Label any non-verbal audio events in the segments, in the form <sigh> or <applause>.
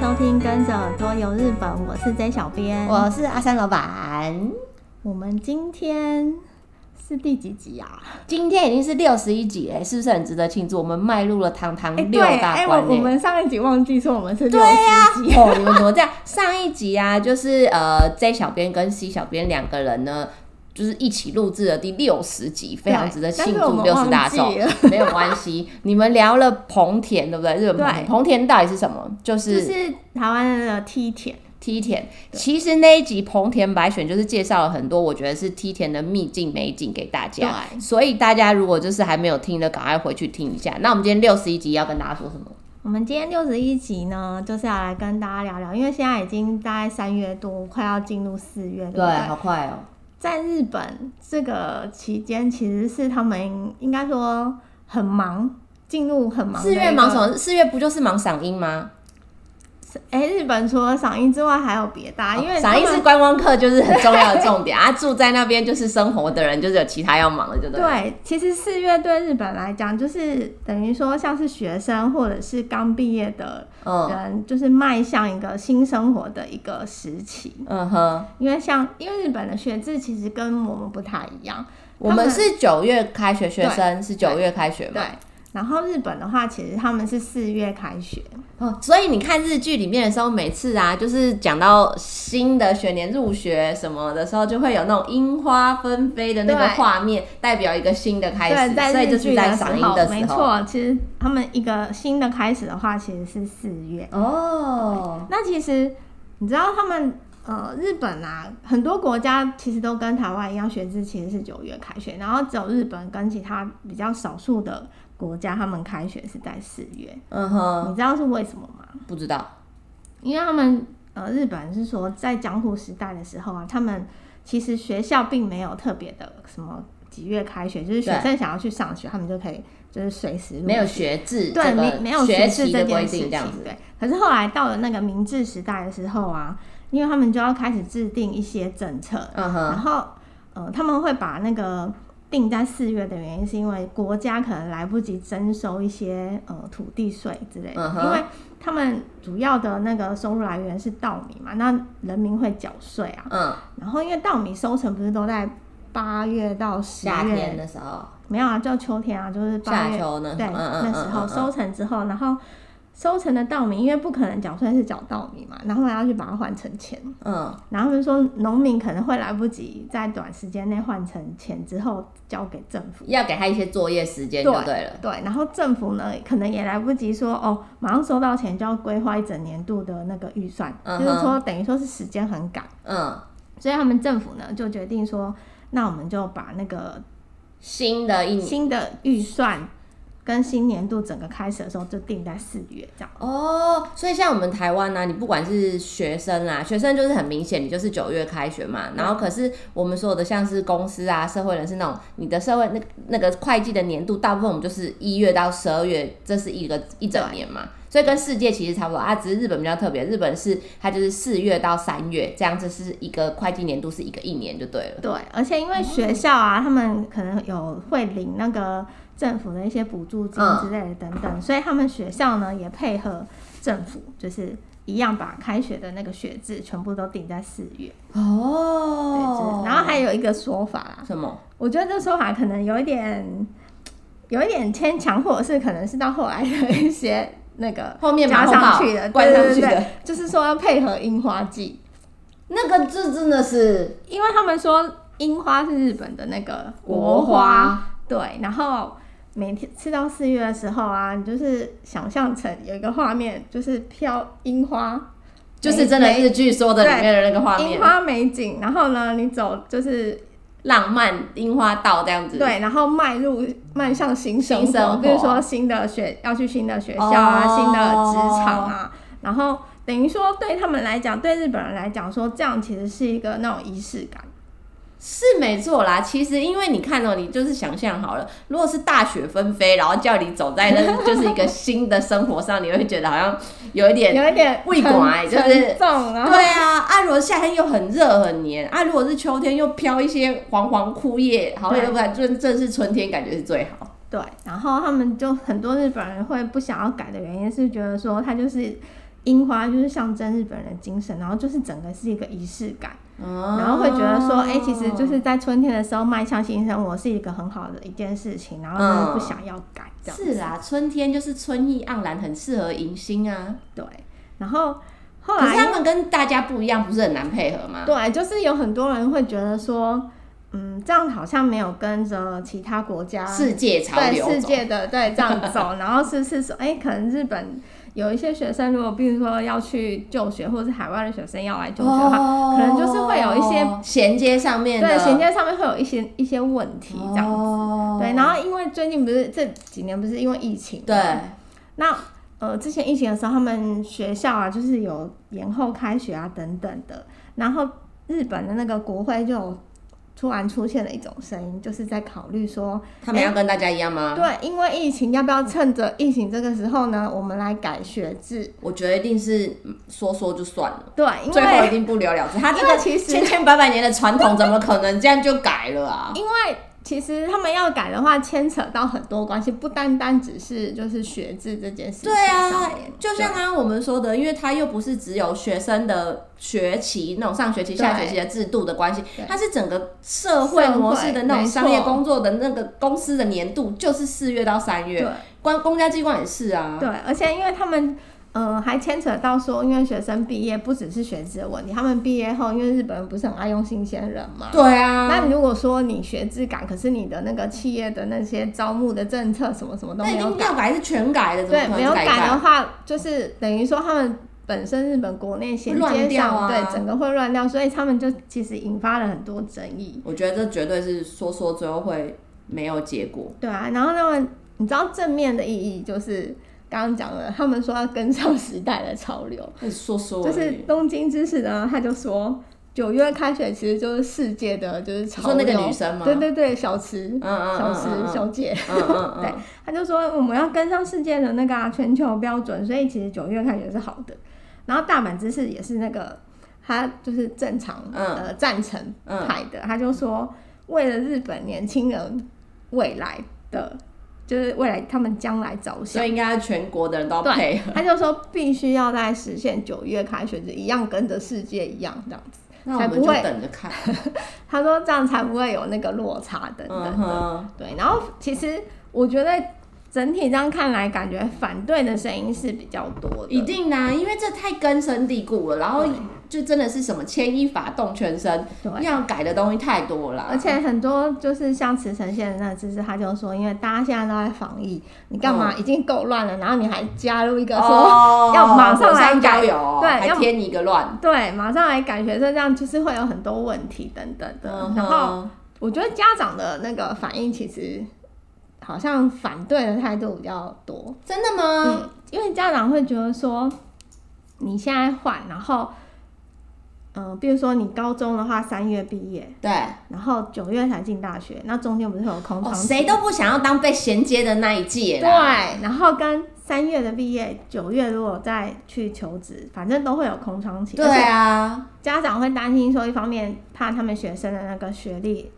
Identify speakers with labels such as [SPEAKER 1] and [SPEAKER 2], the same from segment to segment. [SPEAKER 1] 收听《跟着耳朵游日本》，我是 J 小编。
[SPEAKER 2] 我是阿三老板。
[SPEAKER 1] 我们今天是第几集啊？
[SPEAKER 2] 今天已经是六十一集了，是不是很值得庆祝？我们迈入了堂堂
[SPEAKER 1] 哎，
[SPEAKER 2] 嗯六
[SPEAKER 1] 对，
[SPEAKER 2] 大
[SPEAKER 1] 哎，
[SPEAKER 2] 关、
[SPEAKER 1] 我我
[SPEAKER 2] 呢。
[SPEAKER 1] 们上一集忘记说我们是
[SPEAKER 2] 对
[SPEAKER 1] 六十集。
[SPEAKER 2] 哦，你们怎么这样？上一集啊，就是呃，J 小编跟 C 小编两个人呢，就是一起录制了第六十集，非常值得庆
[SPEAKER 1] 但是我
[SPEAKER 2] 祝
[SPEAKER 1] 们
[SPEAKER 2] 六十大寿
[SPEAKER 1] 忘记了。
[SPEAKER 2] 没有关系，你们聊了棚田，对不对？日本棚田，
[SPEAKER 1] 对
[SPEAKER 2] 棚田到底是什么？就
[SPEAKER 1] 就是是台湾的梯田，
[SPEAKER 2] 梯田。其实那一集棚田百选就是介绍了很多，我觉得是梯田的秘境美景给大家。
[SPEAKER 1] 对
[SPEAKER 2] 所以大家如果就是还没有听的，赶快回去听一下。那我们今天六十一集要跟大家说什么？
[SPEAKER 1] 我们今天六十一集呢，就是要来跟大家聊聊，因为现在已经大概三月多，快要进入四月，对不对？
[SPEAKER 2] 快哦。
[SPEAKER 1] 在日本这个期间，其实是他们应该说很忙，进入很忙的
[SPEAKER 2] 四
[SPEAKER 1] 一
[SPEAKER 2] 月
[SPEAKER 1] 个
[SPEAKER 2] 忙什么？四月不就是忙赏樱吗？
[SPEAKER 1] 哎、日本除了赏樱之外，还有别的啊、因为
[SPEAKER 2] 哦赏
[SPEAKER 1] 他
[SPEAKER 2] 樱
[SPEAKER 1] 们
[SPEAKER 2] 是观光客，就是很重要的
[SPEAKER 1] <laughs>
[SPEAKER 2] 重点啊。住在那边就是生活的人，就是有其他要忙的，就对了。
[SPEAKER 1] 对，其实四月对日本来讲，就是等于说像是学生或者是刚毕业的
[SPEAKER 2] 嗯
[SPEAKER 1] 人，就是迈向一个新生活的一个时期。
[SPEAKER 2] 嗯哼，
[SPEAKER 1] 因为像因为日本的学制其实跟我们不太一样，
[SPEAKER 2] 我
[SPEAKER 1] 他
[SPEAKER 2] 们
[SPEAKER 1] 们
[SPEAKER 2] 是九月开学，学生是九月开学
[SPEAKER 1] 对
[SPEAKER 2] 嘛？。
[SPEAKER 1] 然后日本的话，其实他们是四月开学，
[SPEAKER 2] 哦，所以你看日剧里面的时候，每次啊，就是讲到新的学年入学什么的时候，就会有那种樱花纷飞的那个
[SPEAKER 1] 对
[SPEAKER 2] 画面，代表一个新的开
[SPEAKER 1] 对，
[SPEAKER 2] 始。所
[SPEAKER 1] 在
[SPEAKER 2] 以
[SPEAKER 1] 日
[SPEAKER 2] 就是
[SPEAKER 1] 剧
[SPEAKER 2] 在
[SPEAKER 1] 的时
[SPEAKER 2] 赏樱
[SPEAKER 1] 候，
[SPEAKER 2] 的
[SPEAKER 1] 没
[SPEAKER 2] 时候。
[SPEAKER 1] 错，其实他们一个新的开始的话，其实是四月。
[SPEAKER 2] 哦，
[SPEAKER 1] 那其实你知道他们呃日本啊，很多国家其实都跟台湾一样，学制其实是九月开学，然后只有日本跟其他比较少数的国家，他们开学是在四月。
[SPEAKER 2] 嗯哼，
[SPEAKER 1] 你知道是为什么吗？
[SPEAKER 2] 不知道。
[SPEAKER 1] 因为他们呃日本是说在江户时代的时候啊，他们其实学校并没有特别的什么几月开学，就是学
[SPEAKER 2] 对
[SPEAKER 1] 生想要去上学，他们就可以就是随时入
[SPEAKER 2] 没有
[SPEAKER 1] 学
[SPEAKER 2] 学制，
[SPEAKER 1] 对，
[SPEAKER 2] 这个
[SPEAKER 1] 没没有
[SPEAKER 2] 学
[SPEAKER 1] 制
[SPEAKER 2] 期
[SPEAKER 1] 这
[SPEAKER 2] 的
[SPEAKER 1] 件
[SPEAKER 2] 规
[SPEAKER 1] 事
[SPEAKER 2] 定
[SPEAKER 1] 情，
[SPEAKER 2] 这样子。
[SPEAKER 1] 对，可是后来到了那个明治时代的时候啊，因为他们就要开始制定一些政策，
[SPEAKER 2] 嗯
[SPEAKER 1] 然
[SPEAKER 2] 哼，
[SPEAKER 1] 后呃，他们会把那个定在四月的原因，是因为国家可能来不及征收一些呃土地税之类的，
[SPEAKER 2] 嗯哼
[SPEAKER 1] 因为他们主要的那个收入来源是稻米嘛，那人民会缴税啊，
[SPEAKER 2] 嗯，
[SPEAKER 1] 然后因为稻米收成不是都在八月到十
[SPEAKER 2] 夏天
[SPEAKER 1] 月，
[SPEAKER 2] 的时候，
[SPEAKER 1] 没有啊，就秋天啊，就是八
[SPEAKER 2] 夏
[SPEAKER 1] 月
[SPEAKER 2] 秋呢，
[SPEAKER 1] 对，
[SPEAKER 2] 嗯嗯
[SPEAKER 1] 那
[SPEAKER 2] 嗯
[SPEAKER 1] 时
[SPEAKER 2] 嗯
[SPEAKER 1] 候
[SPEAKER 2] 嗯
[SPEAKER 1] 收成之后，然后收成的稻米，因为不可能缴税是缴稻米嘛，然后还要去把它换成钱。
[SPEAKER 2] 嗯，
[SPEAKER 1] 然后他们说，农民可能会来不及在短时间内换成钱之后交给政府。
[SPEAKER 2] 要给他一些作业时间就对了。
[SPEAKER 1] 对，然后政府呢，可能也来不及说哦，马上收到钱就要规划一整年度的那个预算，
[SPEAKER 2] 嗯
[SPEAKER 1] 就是
[SPEAKER 2] 哼
[SPEAKER 1] 说等于说是时间很赶，
[SPEAKER 2] 嗯，
[SPEAKER 1] 所以他们政府呢就决定说，那我们就把那个
[SPEAKER 2] 新的一年
[SPEAKER 1] 新的预算跟新年度整个开始的时候就定在四月这样。
[SPEAKER 2] 哦，所以像我们台湾呢、啊你不管是学生啦，学生就是很明显，你就是九月开学嘛。
[SPEAKER 1] 嗯
[SPEAKER 2] 然后可是我们所有的像是公司啊、社会人士那种，你的社会那那个会计的年度，大部分我们就是一月到十二月，这是一个一整年嘛。所以跟世界其实差不多啊，只是日本比较特别，日本是它就是四月到三月这样，这是一个会计年度是一个一年就对了。
[SPEAKER 1] 对，而且因
[SPEAKER 2] 哦
[SPEAKER 1] 为学校啊，他们可能有会领那个政府的一些补助金
[SPEAKER 2] 嗯
[SPEAKER 1] 之类的等等，所以他们学校呢也配合政府，就是一样把开学的那个学制全部都定在四月。对，
[SPEAKER 2] 哦
[SPEAKER 1] 就是然后还有一个说法啦，
[SPEAKER 2] 什么？
[SPEAKER 1] 我觉得这说法可能有一点，有一点牵强，或者是可能是到后来的一些那个
[SPEAKER 2] 后面马
[SPEAKER 1] 加
[SPEAKER 2] 后炮
[SPEAKER 1] 上去的，
[SPEAKER 2] 灌上
[SPEAKER 1] 对
[SPEAKER 2] 去
[SPEAKER 1] 对对
[SPEAKER 2] 的
[SPEAKER 1] 对，就是说要配合樱花季，
[SPEAKER 2] 那个字真的是
[SPEAKER 1] 因为他们说樱花是日本的那个
[SPEAKER 2] 国
[SPEAKER 1] 花
[SPEAKER 2] 花，
[SPEAKER 1] 对，然后每天吃到四月的时候啊，你就是想象成有一个画面，就是飘樱花，
[SPEAKER 2] 就是真的
[SPEAKER 1] 美
[SPEAKER 2] 日剧说的里面的那个画面
[SPEAKER 1] 樱。花美景，然后呢，你走就是
[SPEAKER 2] 浪漫樱花道这样子。，
[SPEAKER 1] 对，然后迈入迈向新生活，
[SPEAKER 2] 新生活
[SPEAKER 1] 比如说新的学要去新的学校啊，
[SPEAKER 2] 哦
[SPEAKER 1] 新的职场啊，然后等于说对他们来讲，对日本人来讲说，这样其实是一个那种仪式感。
[SPEAKER 2] 是没错啦。其实因为你看哦、你就是想象好了，如果是大雪纷飞，然后叫你走
[SPEAKER 1] <laughs>
[SPEAKER 2] 在那就是一个新的生活上，你会觉得好像有一点。
[SPEAKER 1] 有一点
[SPEAKER 2] 胃
[SPEAKER 1] 沉
[SPEAKER 2] 管啊就是
[SPEAKER 1] 沉重，然后
[SPEAKER 2] 对啊，啊，如果夏天又很热很黏，啊，如果是秋天又飘一些黄黄枯叶，好
[SPEAKER 1] 对
[SPEAKER 2] 像不然正正是春天，感觉是最好。
[SPEAKER 1] 对，然后他们就很多日本人会不想要改的原因是觉得说他就是樱花就是象征日本人的精神，然后就是整个是一个仪式感，
[SPEAKER 2] 哦
[SPEAKER 1] 然后会觉得说，哎、其实就是在春天的时候迈向新生活是一个很好的一件事情，然后
[SPEAKER 2] 嗯
[SPEAKER 1] 就是不想要改这样子。
[SPEAKER 2] 是啊，春天就是春意盎然，很适合迎新啊。
[SPEAKER 1] 对，然后后
[SPEAKER 2] 可是
[SPEAKER 1] 来
[SPEAKER 2] 他们跟大家不一样，不是很难配合吗？
[SPEAKER 1] 对，就是有很多人会觉得说，嗯，这样好像没有跟着其他国家
[SPEAKER 2] 世界潮
[SPEAKER 1] 对
[SPEAKER 2] 流走，
[SPEAKER 1] 世界的对这样走，然后是是说，哎、可能日本有一些学生，如果比如说要去就学，或者是海外的学生要来就学的话，
[SPEAKER 2] 哦
[SPEAKER 1] 可能就是会有一些
[SPEAKER 2] 衔接上面的
[SPEAKER 1] 哦对衔接上面会有一些一些问题这样子。
[SPEAKER 2] 哦
[SPEAKER 1] 对，然后因为最近不是这几年不是因为疫情，
[SPEAKER 2] 对，
[SPEAKER 1] 那呃之前疫情的时候，他们学校啊就是有延后开学啊等等的，然后日本的那个国会就有突然出现了一种声音，就是在考虑说，
[SPEAKER 2] 他们要跟大家一样吗？
[SPEAKER 1] 对，因为疫情，要不要趁着疫情这个时候呢，我们来改学制？
[SPEAKER 2] 我觉得一定是嗯说说就算了。
[SPEAKER 1] 对，因
[SPEAKER 2] 最后一
[SPEAKER 1] 为
[SPEAKER 2] 定不了了之，他这
[SPEAKER 1] 因
[SPEAKER 2] 个
[SPEAKER 1] 为其实
[SPEAKER 2] 千千百百年的传统，怎么可能这样就改了啊？
[SPEAKER 1] 因为其实他们要改的话，牵扯到很多关系，不单单只是就是学制这件事情
[SPEAKER 2] 对啊
[SPEAKER 1] 上面，
[SPEAKER 2] 就像刚刚我们说的，因为它又不是只有学生的学期那种上学期、
[SPEAKER 1] 对
[SPEAKER 2] 下学期的制度的关系
[SPEAKER 1] 对，
[SPEAKER 2] 它是整个社会模式的那种
[SPEAKER 1] 社会
[SPEAKER 2] 商业
[SPEAKER 1] 没错
[SPEAKER 2] 工作的那个公司的年度，就是四月到三
[SPEAKER 1] 对
[SPEAKER 2] 月，关公家机关也是啊。
[SPEAKER 1] 对，而且因为他们。嗯，还牵扯到说，因为学生毕业不只是学制的问题，他们毕业后，因为日本人不是很爱用新鲜人嘛，
[SPEAKER 2] 对啊，
[SPEAKER 1] 那如果说你学制改，可是你的那个企业的那些招募的政策什么什么都
[SPEAKER 2] 那
[SPEAKER 1] 没
[SPEAKER 2] 一
[SPEAKER 1] 有
[SPEAKER 2] 定
[SPEAKER 1] 改，
[SPEAKER 2] 要改是全改的，怎么
[SPEAKER 1] 对，
[SPEAKER 2] 可
[SPEAKER 1] 没有
[SPEAKER 2] 能只改一
[SPEAKER 1] 改的啊
[SPEAKER 2] 半？
[SPEAKER 1] 话，就是等于说他们本身日本国内衔
[SPEAKER 2] 会乱
[SPEAKER 1] 接
[SPEAKER 2] 掉
[SPEAKER 1] 上，
[SPEAKER 2] 啊
[SPEAKER 1] 对，整个会乱掉，所以他们就其实引发了很多争议。
[SPEAKER 2] 我觉得这绝对是说说最后会没有结果。
[SPEAKER 1] 对啊，然后那么你知道正面的意义就是刚刚讲的，他们说要跟上时代的潮流，
[SPEAKER 2] 那哎说说而
[SPEAKER 1] 就
[SPEAKER 2] 已，
[SPEAKER 1] 是东京知识呢，他就说九月开学其实就是世界的就是
[SPEAKER 2] 你
[SPEAKER 1] 潮
[SPEAKER 2] 说
[SPEAKER 1] 流。
[SPEAKER 2] 那个女生吗？
[SPEAKER 1] 对对对，小池
[SPEAKER 2] 嗯，，嗯嗯，
[SPEAKER 1] 小池
[SPEAKER 2] 嗯嗯
[SPEAKER 1] 小姐。
[SPEAKER 2] 嗯嗯嗯
[SPEAKER 1] 对，他就说我们要跟上世界的那个、啊、全球标准，所以其实九月开学是好的。然后大阪知事也是那个，他就是正常、
[SPEAKER 2] 嗯
[SPEAKER 1] 呃赞成
[SPEAKER 2] 嗯
[SPEAKER 1] 派的，他就说为了日本年轻人未来的，就是未来他们将来着
[SPEAKER 2] 所
[SPEAKER 1] 想。
[SPEAKER 2] 以应该全国的人都要
[SPEAKER 1] 对
[SPEAKER 2] 配合。
[SPEAKER 1] 他就说必须要在实现九月开学就一样跟着世界一样这样子，
[SPEAKER 2] 那我们
[SPEAKER 1] 才
[SPEAKER 2] 就
[SPEAKER 1] 不会
[SPEAKER 2] 等着看。
[SPEAKER 1] 他说这样才不会有那个落差等等的
[SPEAKER 2] 嗯哼，
[SPEAKER 1] 对，然后其实我觉得整体这样看来，感觉反对的声音是比较多的。
[SPEAKER 2] 一定啦、因为这太根深蒂固了，然后就真的是什么牵一发动全身，
[SPEAKER 1] 对，
[SPEAKER 2] 要改的东西太多了。
[SPEAKER 1] 而且很多就是像慈城县的那知识，他就说，因为大家现在都在防疫，你干嘛已经够乱了，然后你还加入一个说，
[SPEAKER 2] 嗯
[SPEAKER 1] <laughs>
[SPEAKER 2] 哦
[SPEAKER 1] 要马上来
[SPEAKER 2] 火上
[SPEAKER 1] 改
[SPEAKER 2] 浇油哦，
[SPEAKER 1] 对
[SPEAKER 2] 还
[SPEAKER 1] 要
[SPEAKER 2] 添一个乱。
[SPEAKER 1] 对，马上来改学生，这样就是会有很多问题等等的。
[SPEAKER 2] 嗯
[SPEAKER 1] 然后
[SPEAKER 2] 哼，
[SPEAKER 1] 我觉得家长的那个反应其实好像反对的态度比较多。
[SPEAKER 2] 真的吗？
[SPEAKER 1] 嗯，因为家长会觉得说，你现在换，然后，嗯、比如说你高中的话，三月毕业，
[SPEAKER 2] 对，
[SPEAKER 1] 然后九月才进大学，那中间不是会有空
[SPEAKER 2] 哦，
[SPEAKER 1] 窗期？
[SPEAKER 2] 谁都不想要当被衔接的那一届
[SPEAKER 1] 对，
[SPEAKER 2] 啦。
[SPEAKER 1] 然后跟三月的毕业，九月如果再去求职，反正都会有空窗期。而
[SPEAKER 2] 对
[SPEAKER 1] 且
[SPEAKER 2] 啊，
[SPEAKER 1] 家长会担心说，一方面怕他们学生的那个学历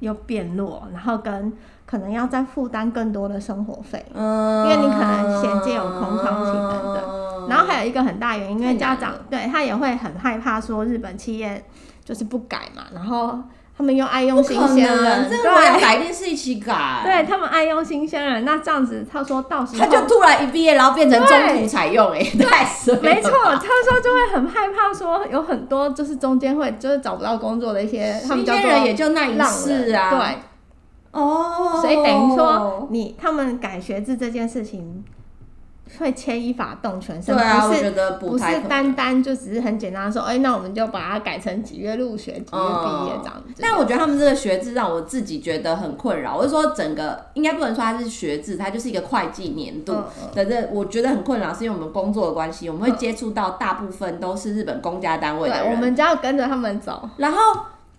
[SPEAKER 1] 又变弱，然后跟可能要再负担更多的生活费。
[SPEAKER 2] 嗯，
[SPEAKER 1] 因为你可能衔接有空窗期等
[SPEAKER 2] 等
[SPEAKER 1] 然后还有一个很大原因，因
[SPEAKER 2] 嗯太
[SPEAKER 1] 为
[SPEAKER 2] 难
[SPEAKER 1] 家长对他也会很害怕说日本企业就是不改嘛，然后他们又爱用新鲜人，
[SPEAKER 2] 这个我要
[SPEAKER 1] 对，
[SPEAKER 2] 改一定是一起改。
[SPEAKER 1] 对他们爱用新鲜人，那这样子他说到时候
[SPEAKER 2] 他就突然一毕业，然后变成中途采用、欸，哎，太衰了。
[SPEAKER 1] 没错，，他说就会很害怕说有很多就是中间会就是找不到工作的一些他
[SPEAKER 2] 新
[SPEAKER 1] 们叫
[SPEAKER 2] 鲜
[SPEAKER 1] 做
[SPEAKER 2] 人也就那一
[SPEAKER 1] 浪
[SPEAKER 2] 次
[SPEAKER 1] 人
[SPEAKER 2] 啊。，
[SPEAKER 1] 对，
[SPEAKER 2] 哦，
[SPEAKER 1] 所以等于说，你他们改学制这件事情会牵一发动全身，
[SPEAKER 2] 对啊，
[SPEAKER 1] 不
[SPEAKER 2] 我
[SPEAKER 1] 是
[SPEAKER 2] 觉得
[SPEAKER 1] 不
[SPEAKER 2] 不
[SPEAKER 1] 是
[SPEAKER 2] 太可能。
[SPEAKER 1] 单单就只是很简单地说，哎、那我们就把它改成几月入学、几月毕业这样子。
[SPEAKER 2] 哦但我觉得他们这个学制让我自己觉得很困扰。我是说，整个应该不能说它是学制，它就是一个会计年度
[SPEAKER 1] 嗯
[SPEAKER 2] 的这，我觉得很困扰，是因为我们工作的关系，我们会接触到大部分都是日本公家单位的
[SPEAKER 1] 对，
[SPEAKER 2] 人
[SPEAKER 1] 我，们只要跟着他们走，
[SPEAKER 2] 然后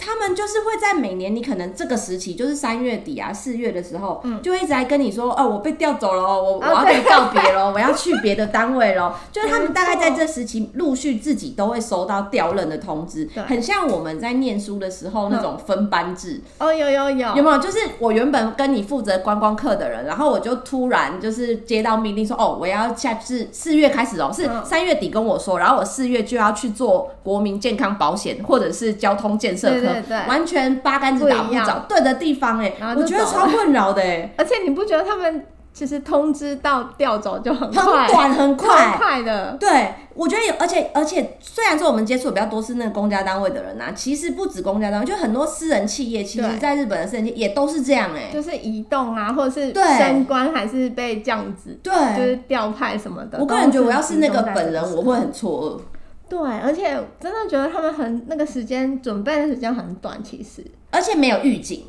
[SPEAKER 2] 他们就是会在每年，你可能这个时期就是三月底啊、四月的时候，
[SPEAKER 1] 嗯
[SPEAKER 2] 就会一直来跟你说，哦，我被调走了哦，我我
[SPEAKER 1] 哦
[SPEAKER 2] 要
[SPEAKER 1] 对
[SPEAKER 2] 跟你告别了哦，我要去别的单位
[SPEAKER 1] <laughs>
[SPEAKER 2] 了哦。就是他们大概
[SPEAKER 1] 没错
[SPEAKER 2] 在这时期陆续自己都会收到调任的通知
[SPEAKER 1] 对，嗯
[SPEAKER 2] 很像我们在念书的时候那种分班制，
[SPEAKER 1] 哦，有有有，
[SPEAKER 2] 有没有？就是我原本跟你负责观光客的人，然后我就突然就是接到命令说，哦，我要下至四月开始哦，是
[SPEAKER 1] 嗯
[SPEAKER 2] 三月底跟我说，然后我四月就要去做国民健康保险或者是交通建设科，
[SPEAKER 1] 对对对
[SPEAKER 2] 完全八竿子打
[SPEAKER 1] 不
[SPEAKER 2] 不
[SPEAKER 1] 一样
[SPEAKER 2] 着对的地方哎、
[SPEAKER 1] 然后
[SPEAKER 2] 我
[SPEAKER 1] 就
[SPEAKER 2] 觉得
[SPEAKER 1] 走
[SPEAKER 2] 超困扰的哎、
[SPEAKER 1] 而且你不觉得他们其实通知到调走就很
[SPEAKER 2] 很
[SPEAKER 1] 快，
[SPEAKER 2] 短很
[SPEAKER 1] 超
[SPEAKER 2] 快。
[SPEAKER 1] 快的，
[SPEAKER 2] 对，我觉得有，而且而且，虽然说我们接触的比较多是那个公家单位的人呐、啊其实不止公家单位，就很多私人企业，其实
[SPEAKER 1] 对
[SPEAKER 2] 在日本的私人企业也都是这样哎、
[SPEAKER 1] 就是移动啊，或者是
[SPEAKER 2] 对
[SPEAKER 1] 升官还是被降职，
[SPEAKER 2] 对，
[SPEAKER 1] 就是调派什么的。
[SPEAKER 2] 我个人觉得，我要是那个
[SPEAKER 1] 都集中在
[SPEAKER 2] 本
[SPEAKER 1] 这
[SPEAKER 2] 人，
[SPEAKER 1] 时
[SPEAKER 2] 我会很错
[SPEAKER 1] 对，而且真的觉得他们很那个时间准备的时间很短，其实
[SPEAKER 2] 愕，而且没有预警，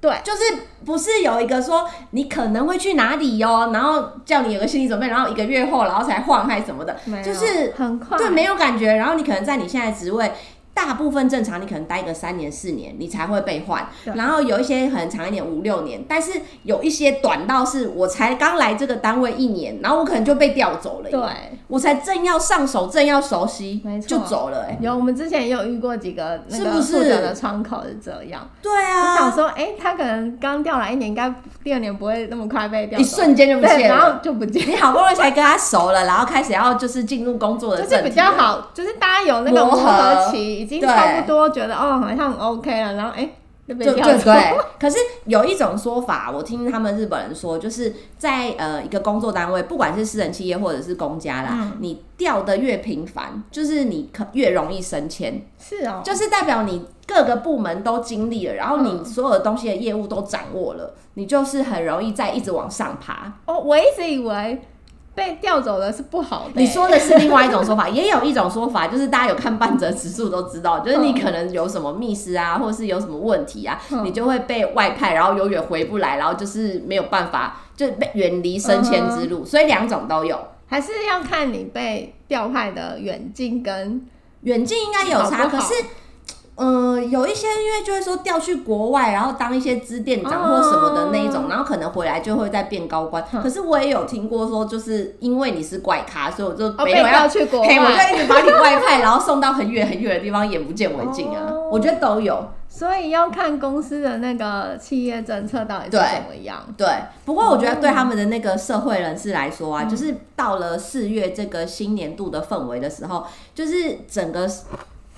[SPEAKER 1] 对
[SPEAKER 2] 就是不是有一个说你可能会去哪里哟、然后叫你有个心理准备，然后一个月后，然后才换还是什么的，
[SPEAKER 1] 没有
[SPEAKER 2] 就是
[SPEAKER 1] 很快，
[SPEAKER 2] 对，没有感觉。然后你可能在你现在的职位，大部分正常你可能待个三年四年，你才会被换。
[SPEAKER 1] 对
[SPEAKER 2] 然后有一些很长一点五六年，但是有一些短到是我才刚来这个单位一年，然后我可能就被调走了，
[SPEAKER 1] 对。
[SPEAKER 2] 我才正要上手，正要熟悉
[SPEAKER 1] 没，错
[SPEAKER 2] 就走了、欸。
[SPEAKER 1] 有，我们之前也有遇过几个那
[SPEAKER 2] 是
[SPEAKER 1] 个
[SPEAKER 2] 不是
[SPEAKER 1] 负责的窗口是这样，
[SPEAKER 2] 对
[SPEAKER 1] 就
[SPEAKER 2] 啊，
[SPEAKER 1] 想说，哎、他可能刚调来一年，应该第二年不会那么快被调
[SPEAKER 2] 一
[SPEAKER 1] 走，
[SPEAKER 2] 瞬间就不
[SPEAKER 1] 对，
[SPEAKER 2] 见
[SPEAKER 1] 然
[SPEAKER 2] 了。
[SPEAKER 1] 后就不见，
[SPEAKER 2] 你好不容易才跟他熟了，然后开始要就是进入工作的
[SPEAKER 1] 就
[SPEAKER 2] 正
[SPEAKER 1] 是
[SPEAKER 2] 题
[SPEAKER 1] 比较
[SPEAKER 2] 了。
[SPEAKER 1] 好，就是大家有那个磨
[SPEAKER 2] 磨合
[SPEAKER 1] 合期，已经
[SPEAKER 2] 对
[SPEAKER 1] 差不多，觉得哦好像 OK 了，然后哎、就被
[SPEAKER 2] 就
[SPEAKER 1] 调
[SPEAKER 2] 就
[SPEAKER 1] 走，
[SPEAKER 2] 对，可是有一种说法，我听他们日本人说，就是在呃一个工作单位，不管是私人企业或者是公家啦，
[SPEAKER 1] 嗯
[SPEAKER 2] 你调的越频繁，就是你可越容易升迁，
[SPEAKER 1] 是哦，
[SPEAKER 2] 就是代表你各个部门都经历了，然后
[SPEAKER 1] 嗯
[SPEAKER 2] 你所有的东西的业务都掌握了，你就是很容易再一直往上爬。
[SPEAKER 1] 哦，我一直以为被调走的是不好的、
[SPEAKER 2] 你说的是另外一种说法， <laughs> 也有一种说法，就是大家有看半折指数都知道，就是你可能有什么密室啊，或是有什么问题啊，
[SPEAKER 1] 嗯
[SPEAKER 2] 你就会被外派，然后永远回不来，然后就是没有办法，就被远离升迁之
[SPEAKER 1] 嗯
[SPEAKER 2] 路。所以两种都有，
[SPEAKER 1] 还是要看你被调派的远近跟
[SPEAKER 2] 远近应该有差，
[SPEAKER 1] 好不
[SPEAKER 2] 可
[SPEAKER 1] 好
[SPEAKER 2] 是。嗯，有一些因为就会说调去国外，然后当一些支店长
[SPEAKER 1] 哦
[SPEAKER 2] 或什么的那一种，然后可能回来就会再变高官。
[SPEAKER 1] 嗯
[SPEAKER 2] 可是我也有听过说，就是因为你是怪咖，所以我就
[SPEAKER 1] 哦
[SPEAKER 2] 没
[SPEAKER 1] 被
[SPEAKER 2] 有要
[SPEAKER 1] 调去国
[SPEAKER 2] 嘿，我
[SPEAKER 1] 外，
[SPEAKER 2] 就一直把你外派，然后送到很远很远的地方，眼不见为净啊。
[SPEAKER 1] 哦
[SPEAKER 2] 我觉得都有。
[SPEAKER 1] 所以要看公司的那个企业政策到底是
[SPEAKER 2] 对
[SPEAKER 1] 怎么样。
[SPEAKER 2] 对，不过我觉得对他们的那个社会人士来说
[SPEAKER 1] 嗯
[SPEAKER 2] 啊，就是到了四月这个新年度的氛围的时候，就是整个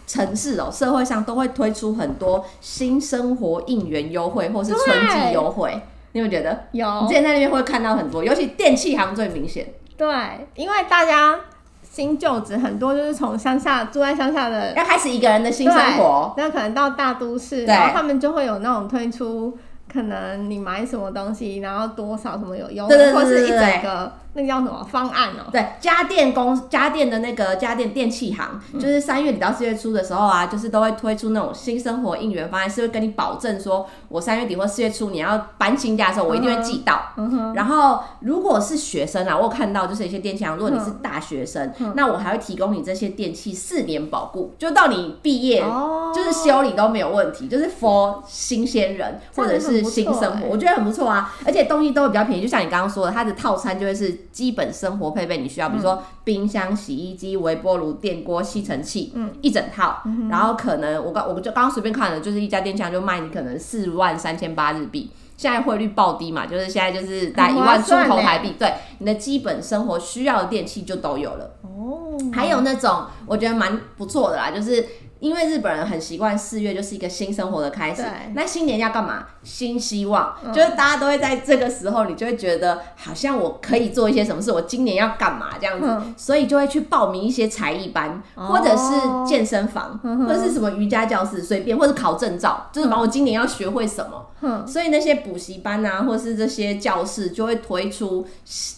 [SPEAKER 2] 城市哦，社会上都会推出很多新生活应援优惠或是春季
[SPEAKER 1] 对哦
[SPEAKER 2] 优惠，你有没有觉得？你
[SPEAKER 1] 有
[SPEAKER 2] 之前在那边会看到很多，尤其电器行最明显，
[SPEAKER 1] 对，因为大家新就职很多就是从乡下住在乡下的
[SPEAKER 2] 要开始一个人的新生活。哦
[SPEAKER 1] 那可能到大都市，
[SPEAKER 2] 对
[SPEAKER 1] 然后他们就会有那种推出，可能你买什么东西，然后多少什么有优惠，
[SPEAKER 2] 对对对
[SPEAKER 1] 或是一
[SPEAKER 2] 对对
[SPEAKER 1] 整个那个叫什么方案哦、
[SPEAKER 2] 对，家电公家电的那个家电电器行，
[SPEAKER 1] 嗯
[SPEAKER 2] 就是三月底到四月初的时候啊，就是都会推出那种新生活应援方案，是会跟你保证说，我三月底或四月初你要搬新家的时候，我一定会寄到。
[SPEAKER 1] 嗯哼，
[SPEAKER 2] 然后，如果是学生啊，我有看到就是一些电器行，
[SPEAKER 1] 嗯
[SPEAKER 2] 如果你是大学生，那我还会提供你这些电器四年保固，就到你毕业
[SPEAKER 1] 哦
[SPEAKER 2] 就是修理都没有问题，就是 for 新鲜人
[SPEAKER 1] 这
[SPEAKER 2] 或
[SPEAKER 1] 样
[SPEAKER 2] 者
[SPEAKER 1] 很
[SPEAKER 2] 是
[SPEAKER 1] 不错
[SPEAKER 2] 新生活，
[SPEAKER 1] 欸
[SPEAKER 2] 我觉得很不错啊。而且东西都会比较便宜，就像你刚刚说的，它的套餐就会是基本生活配备你需要，比如
[SPEAKER 1] 嗯
[SPEAKER 2] 说冰箱、洗衣机、微波炉、电锅、吸尘器，嗯，一整套。然后可能我刚我就刚刚随便看了，就是一家电器行就卖你可能四万三千八日币。现在汇率暴低嘛，就是现在就是大概一
[SPEAKER 1] 很划
[SPEAKER 2] 万出
[SPEAKER 1] 算
[SPEAKER 2] 头
[SPEAKER 1] 欸
[SPEAKER 2] 台币，对你的基本生活需要的电器就都有了。
[SPEAKER 1] 哦，
[SPEAKER 2] 还有那种我觉得蛮不错的啦，就是因为日本人很习惯四月就是一个新生活的开始
[SPEAKER 1] 对，
[SPEAKER 2] 那新年要干嘛？新希望，
[SPEAKER 1] 嗯
[SPEAKER 2] 就是大家都会在这个时候，你就会觉得好像我可以做一些什么事，我今年要干嘛这样子，
[SPEAKER 1] 嗯
[SPEAKER 2] 所以就会去报名一些才艺班，
[SPEAKER 1] 哦
[SPEAKER 2] 或者是健身房，
[SPEAKER 1] 嗯哼嗯
[SPEAKER 2] 或者是什么瑜伽教室，随便，或者考证照，就是反正我今年要学会什么。
[SPEAKER 1] 哼，
[SPEAKER 2] 所以那些补习班啊，或是这些教室就会推出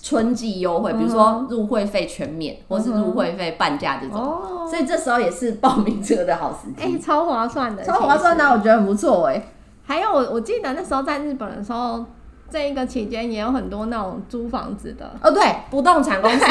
[SPEAKER 2] 春季优惠，比如
[SPEAKER 1] 嗯
[SPEAKER 2] 说入会费全免，或是入会费半价这种。
[SPEAKER 1] 哦，
[SPEAKER 2] 所以这时候也是报名这个的好时
[SPEAKER 1] 哎、
[SPEAKER 2] 机，
[SPEAKER 1] 超划算的，
[SPEAKER 2] 超划算的
[SPEAKER 1] 其
[SPEAKER 2] 啊，我觉得很不错哎、
[SPEAKER 1] 实。还有我我记得那时候在日本的时候，这一个期间也有很多那种租房子的，
[SPEAKER 2] 哦，对，不动产公司，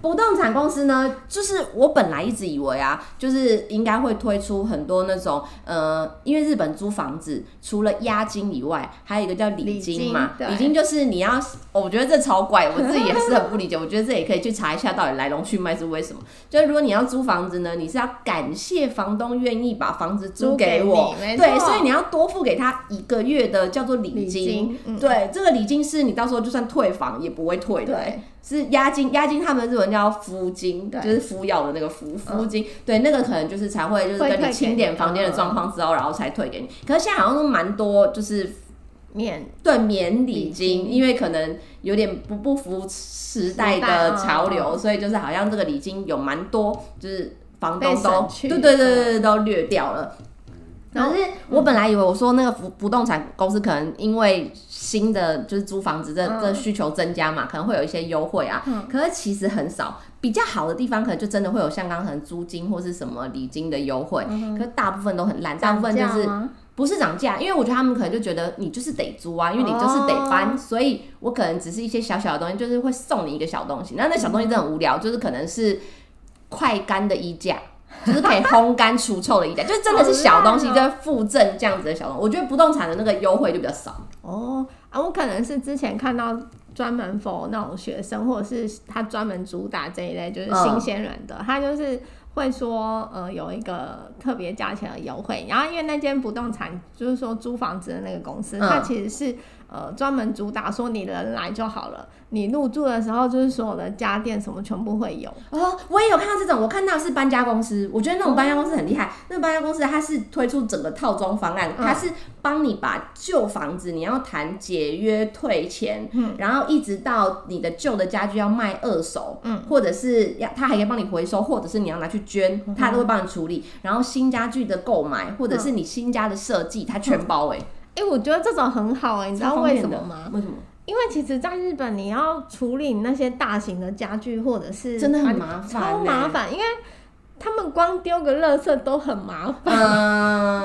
[SPEAKER 2] 不动产公司呢，就是我本来一直以为啊，就是应该会推出很多那种，呃，因为日本租房子除了押金以外，还有一个叫礼
[SPEAKER 1] 礼
[SPEAKER 2] 金
[SPEAKER 1] 金
[SPEAKER 2] 嘛，
[SPEAKER 1] 对
[SPEAKER 2] 礼金就是你要，哦我觉得这超怪，我自己也是很不理解，我觉得这也可以去查一下到底来龙去脉是为什么。就是如果你要租房子呢，你是要感谢房东愿意把房子租
[SPEAKER 1] 租给
[SPEAKER 2] 我，
[SPEAKER 1] 你没
[SPEAKER 2] 对，
[SPEAKER 1] 错
[SPEAKER 2] 所以你要多付给他一个月的叫做礼
[SPEAKER 1] 礼金嗯
[SPEAKER 2] 对，这个礼金是你到时候就算退房也不会退的、
[SPEAKER 1] 对
[SPEAKER 2] 是押金，押金他们日文叫敷金，就
[SPEAKER 1] 对
[SPEAKER 2] 是敷药的那个敷
[SPEAKER 1] 嗯
[SPEAKER 2] 敷金、对，那个可能就是才会就是
[SPEAKER 1] 会
[SPEAKER 2] 跟
[SPEAKER 1] 退给
[SPEAKER 2] 你清
[SPEAKER 1] 你嗯
[SPEAKER 2] 点房间的状况之后，然后才退给你。可是现在好像都蛮多，就是
[SPEAKER 1] 免
[SPEAKER 2] 对免礼
[SPEAKER 1] 礼
[SPEAKER 2] 金，
[SPEAKER 1] 金
[SPEAKER 2] 因为可能有点不不符时代
[SPEAKER 1] 时代
[SPEAKER 2] 的潮流，
[SPEAKER 1] 嗯嗯
[SPEAKER 2] 所以就是好像这个礼金有蛮多，就是房
[SPEAKER 1] 被
[SPEAKER 2] 东
[SPEAKER 1] 省
[SPEAKER 2] 都
[SPEAKER 1] 去
[SPEAKER 2] 对对对对对都略掉了。
[SPEAKER 1] 然后嗯
[SPEAKER 2] 可是我本来以为我说那个不不动产公司可能因为新的就是租房子这、
[SPEAKER 1] 嗯
[SPEAKER 2] 这需求增加嘛，可能会有一些优惠啊。
[SPEAKER 1] 嗯
[SPEAKER 2] 可是其实很少，比较好的地方可能就真的会有像刚刚可能租金或是什么礼金的优惠，可是大部分都很烂，大部分就
[SPEAKER 1] 嗯涨价啊
[SPEAKER 2] 是
[SPEAKER 1] 吗
[SPEAKER 2] 不是涨价，因为我觉得他们可能就觉得你就是得租啊，因为你就是得搬，所以我可能只是一些小小的东西，就是会送你一个小东西。那那小东西真的很无聊，就是可能是快干的衣架。 <laughs> 就是可以烘干除臭的衣架，就是真的是小东西，
[SPEAKER 1] 好
[SPEAKER 2] 就
[SPEAKER 1] 烂
[SPEAKER 2] 是附赠这样子的小东西。我觉得不动产的那个优惠就比较少。
[SPEAKER 1] 哦啊，我可能是之前看到专门 for 那种学生，或者是他专门主打这一类就是
[SPEAKER 2] 嗯
[SPEAKER 1] 新鲜人的，他就是会说呃有一个特别价钱的优惠，然后因为那间不动产就是说租房子的那个公司，
[SPEAKER 2] 嗯
[SPEAKER 1] 它其实是。呃，专门主打说你人来就好了，你入住的时候就是所有的家电什么全部会有，
[SPEAKER 2] 哦，我也有看到这种，我看到是搬家公司，我觉得那种搬家公司很厉害。那个搬家公司它是推出整个套装方案，
[SPEAKER 1] 嗯
[SPEAKER 2] 它是帮你把旧房子你要谈解约退钱，
[SPEAKER 1] 嗯
[SPEAKER 2] 然后一直到你的旧的家具要卖二手，
[SPEAKER 1] 嗯
[SPEAKER 2] 或者是要它还可以帮你回收，或者是你要拿去捐，
[SPEAKER 1] 嗯
[SPEAKER 2] 它都会帮你处理。然后新家具的购买，或者是你新家的设计，它全包哎、
[SPEAKER 1] 哎、我觉得这种很好哎、你知道
[SPEAKER 2] 超方
[SPEAKER 1] 为
[SPEAKER 2] 便
[SPEAKER 1] 什
[SPEAKER 2] 的
[SPEAKER 1] 么吗？？
[SPEAKER 2] 为什么？
[SPEAKER 1] 因为其实，在日本你要处理那些大型的家具或者是
[SPEAKER 2] 真的很
[SPEAKER 1] 啊
[SPEAKER 2] 麻烦
[SPEAKER 1] 超
[SPEAKER 2] 欸
[SPEAKER 1] 麻烦，因为他们光丢个垃圾都很麻烦。
[SPEAKER 2] 嗯，